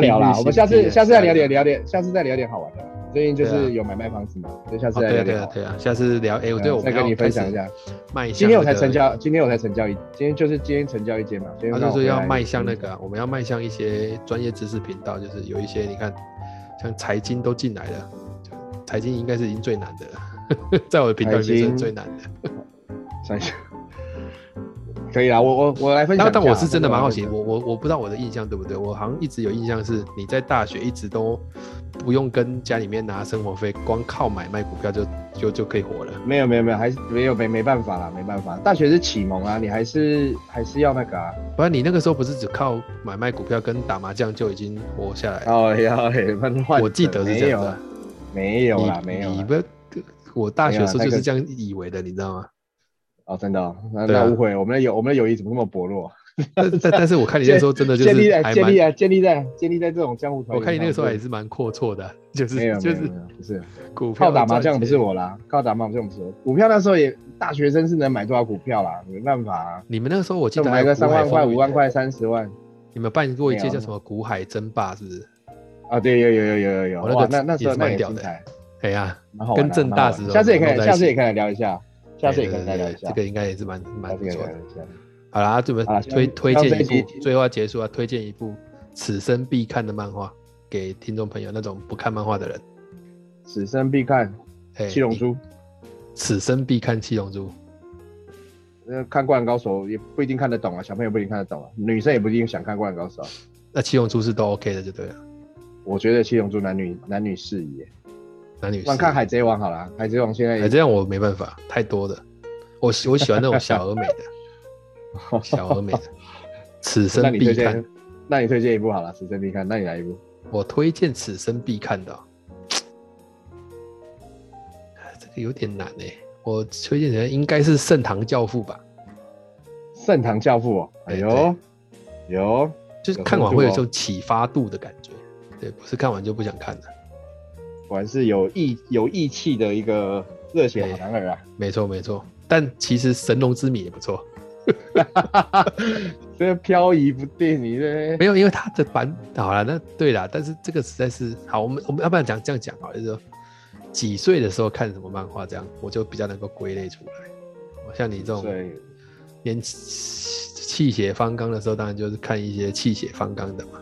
S1: 啊
S2: 我们下次下次再聊
S1: 瞎
S2: 点聊点，下次再聊点好玩的啦。最近就
S1: 对啊
S2: 是有买卖房子嘛，所以下次
S1: 哦，对啊，
S2: 再聊
S1: 对
S2: 点
S1: 啊
S2: 好，玩嗯
S1: 对啊，下次聊。哎，我对，我
S2: 再
S1: 们
S2: 跟
S1: 要
S2: 你
S1: 开
S2: 分
S1: 始
S2: 享一下。
S1: 迈向
S2: 今天我
S1: 那
S2: 才
S1: 个
S2: 成，交，今天我才成交一，今天就是今天成交一间嘛。今天
S1: 他
S2: 刚
S1: 啊就
S2: 好
S1: 是要
S2: 回来
S1: 迈向那个啊，我们要迈向一些专业知识频道，就是有一些你看，像财经都进来了，就财经应该是已经最难的了， 在我的频道里
S2: 财
S1: 面是
S2: 经
S1: 最难的。
S2: 三下。可以啦，我我我来分享一
S1: 但
S2: 下。啊
S1: 但我是真的蛮好奇，
S2: 我
S1: 我我我不知道我的印象对不对，我好像一直有印象是你在大学一直都不用跟家里面拿生活费，光靠买卖股票就就就可以活了。
S2: 没有没有没有，还是没有没没办法啦，没办法。大学是启蒙啊，你还是还是要那个啊。
S1: 不然你那个时候不是只靠买卖股票跟打麻将就已经活下来了？
S2: 哦要乱换，
S1: 我记得是这样的啊。
S2: 没有，没有啦，
S1: 你
S2: 没有
S1: 你
S2: 啦。
S1: 不要，我大学的时候就
S2: 没有
S1: 是
S2: 那个
S1: 这样以为的，你知道吗？
S2: 哦，真的哦，那
S1: 对啊
S2: 那误会，我们的友我们的友谊怎么那么薄弱？
S1: 但但但是我看你那时候真的就
S2: 建立
S1: 是
S2: 在
S1: 还
S2: 建
S1: 蛮
S2: 立，在建立在建立在这种江湖团。
S1: 我看你那个时候也是蛮阔绰的，就
S2: 没有
S1: 是
S2: 没
S1: 就
S2: 有没
S1: 是
S2: 有，不是
S1: 股票
S2: 靠打麻将
S1: 赚钱
S2: 不是。我啦，靠打麻将不是我。股票那时候也大学生是能买多少股票啦，没办法啊，
S1: 你们那个时候我记
S2: 就
S1: 得还
S2: 买
S1: 有
S2: 个三
S1: 股海
S2: 万块、
S1: 风
S2: 五
S1: 云
S2: 万，块、三十万。
S1: 你们办过一届
S2: 没有
S1: 叫什么股海争霸，是不是？
S2: 啊，对，有有有有有有，
S1: 哦我那个
S2: 哇那那时
S1: 也
S2: 候
S1: 是
S2: 那
S1: 蛮
S2: 也
S1: 屌
S2: 精
S1: 的
S2: 彩，
S1: 哎呀，
S2: 蛮好玩的。
S1: 跟正
S2: 蛮好
S1: 大
S2: 玩
S1: 时候
S2: 的下次也可
S1: 弄
S2: 以，
S1: 在一起
S2: 下次也可以来聊一下，下次也可以来
S1: 对对
S2: 聊
S1: 对
S2: 一
S1: 对
S2: 下
S1: 这，个应该也是蛮蛮
S2: 下
S1: 不
S2: 次可以
S1: 错
S2: 聊
S1: 的。
S2: 一下。
S1: 好啦，这
S2: 好
S1: 么
S2: 啦
S1: 推
S2: 希望
S1: 推
S2: 希望
S1: 荐
S2: 这
S1: 一
S2: 一
S1: 部，
S2: 集
S1: 最后要结束啊，推荐一部此生必看的漫画给听众朋友，那种不看漫画的人，
S2: 此生必看
S1: 哎，
S2: 《七龙
S1: 你
S2: 珠》，
S1: 此生必看七龙珠。
S2: 呃，看《灌篮高手》也不一定看得懂啊，小朋友不一定看得懂啊，女生也不一定想看《灌篮高手》啊。
S1: 那七龙珠是都 OK 的，就对了。
S2: 我觉得《七龙珠》男女男女适宜耶，
S1: 男女
S2: 不然
S1: 是，
S2: 看《海贼王》好了，《海贼王》现在
S1: 哎，
S2: 也
S1: 这样我没办法，太多了。我喜我喜欢那种小而美的， 小而美的，此
S2: 那
S1: 生
S2: 你
S1: 必
S2: 推
S1: 看
S2: 荐。，那你推荐一部好了，《此生必看》，那你来一部。
S1: 我推荐此生必看的哦、 这个有点难哎、我推荐的应该是《盛唐教父》吧，
S2: 《盛唐教父》哦，哎呦，有
S1: 就是
S2: 有
S1: 看完
S2: 兴趣
S1: 会有
S2: 哦
S1: 这种启发度的感觉。对，不是看完就不想看了。
S2: 果然是有义有义气的一个热血好男儿啊！
S1: 没错没错，但其实《神龙之谜》也不错。
S2: 啊 这漂移不定，你这
S1: 没有，因为它的版好了，那对啦，但是这个实在是好，我们我们要不然讲这样讲好了，就是说几岁的时候看什么漫画，这样我就比较能够归类出来。像你这种
S2: 对
S1: 连气血方刚的时候，当然就是看一些气血方刚的嘛，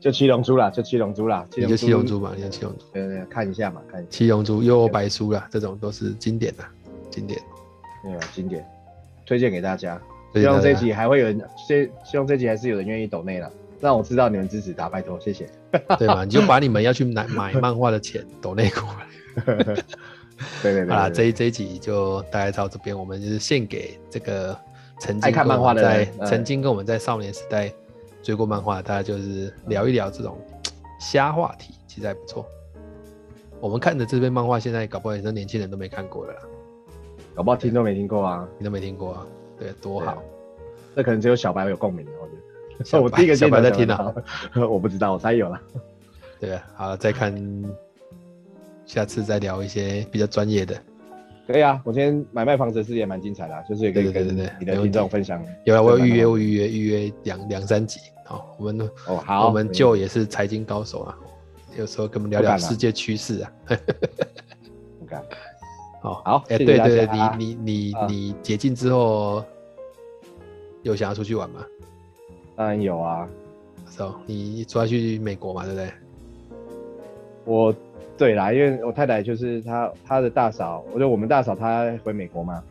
S2: 就七龙珠啦，就七龙珠啦，七
S1: 你
S2: 龙
S1: 就
S2: 珠，
S1: 七龙珠嘛，你就七龙珠、
S2: 对，对对，看一下嘛，看一下，
S1: 七龙珠、幽游白书啦，这种都是经典的经典。
S2: 没有经典，推荐给大家。
S1: 所以
S2: 希
S1: 大
S2: 望
S1: 家
S2: 这一集还会有人，希希望这一集还是有人愿意抖内了，让我知道你们支持他，拜托，谢谢。
S1: 对嘛，你就把你们要去买 买漫画的钱抖内过来。
S2: 对对对对
S1: 好啦，
S2: 对
S1: 这一这一集就大概到这边，我们就是献给这个曾经
S2: 爱看
S1: 跟
S2: 漫
S1: 我
S2: 画
S1: 们
S2: 的
S1: 在
S2: 人嗯
S1: 曾经跟我们在少年时代追过漫画，大家就是聊一聊这种瞎话题，其实还不错。我们看的这篇漫画，现在搞不好很多年轻人都没看过了啦，
S2: 搞不好听都没听过啊，
S1: 你都没听过啊，对，多
S2: 对啊
S1: 好。
S2: 这可能只有小白有共鸣了，我觉得。
S1: 小
S2: 我
S1: 白
S2: 第一个
S1: 小
S2: 见到
S1: 白在
S2: 小
S1: 听啊，
S2: 到， 我不知道，我猜有了。
S1: 对，好，再看，下次再聊一些比较专业的。
S2: 对啊，我今天买卖房子的事也蛮精彩的啊、就是也可以
S1: 对对
S2: 跟
S1: 对对
S2: 你
S1: 没
S2: 的
S1: 问
S2: 听
S1: 题
S2: 众分享。
S1: 有了，啊我有预约，
S2: 对
S1: 我预约预约两两三集。好，我们
S2: 哦，好，
S1: 我们就也是财经高手啊，有时候跟我们聊
S2: 不
S1: 聊
S2: 敢啊
S1: 世界趋势啊。
S2: 不敢
S1: 好，
S2: 好
S1: 哎，
S2: 谢谢
S1: 对
S2: 大
S1: 对，
S2: 家
S1: 对你你你
S2: 嗯
S1: 你解禁之后有想要出去玩吗？
S2: 当然有啊，
S1: 是哦，你主要去美国嘛，对不对？
S2: 我对啦，因为我太太就是她，她的大嫂，我就我们大嫂她回美国嘛，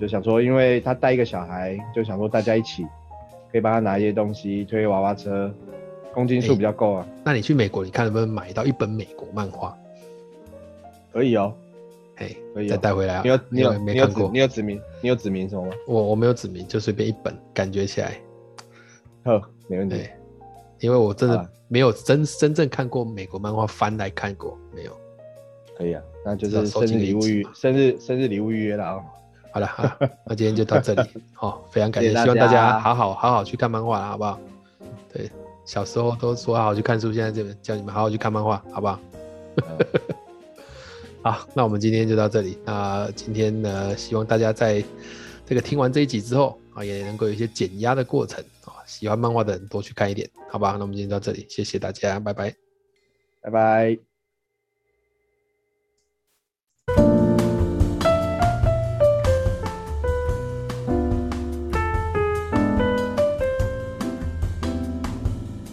S2: 就想说，因为他带一个小孩，就想说大家一起可以帮他拿一些东西，推娃娃车，公斤数
S1: 哎
S2: 比较够啊，
S1: 那你去美国，你看能不能买到一本美国漫画？
S2: 可以哦。
S1: 嘿，
S2: 可以哦
S1: 再带回来啊！
S2: 你有你有
S1: 因为没
S2: 你有
S1: 看
S2: 指
S1: 过
S2: 你？有指明你有指明什么吗？
S1: 我我没有指名，就随便一本，感觉起来，
S2: 呵，没问题
S1: 对。，因为我真
S2: 好
S1: 的
S2: 嗯啊
S1: 没有真真正看过美国漫画翻来看过，没有。
S2: 可以啊，那就
S1: 至少
S2: 是
S1: 收
S2: 生
S1: 集
S2: 日礼
S1: 个一
S2: 物
S1: 集
S2: 预
S1: 嘛
S2: 生日生日礼物预约了啊、
S1: 好了，好了，那今天就到这 里。好、非常感谢，
S2: 谢谢大
S1: 希望大
S2: 家
S1: 家好好好好去看漫画啦，好不好？对，小时候都说好好去看书，现在这边叫你们好好去看漫画，好不好？嗯
S2: 呃
S1: 好，那我们今天就到这里。那今天呢，希望大家在这个听完这一集之后啊，也能够有一些减压的过程啊。喜欢漫画的人多去看一点，好吧？那我们今天到这里，谢谢大家，拜拜。
S2: 拜拜。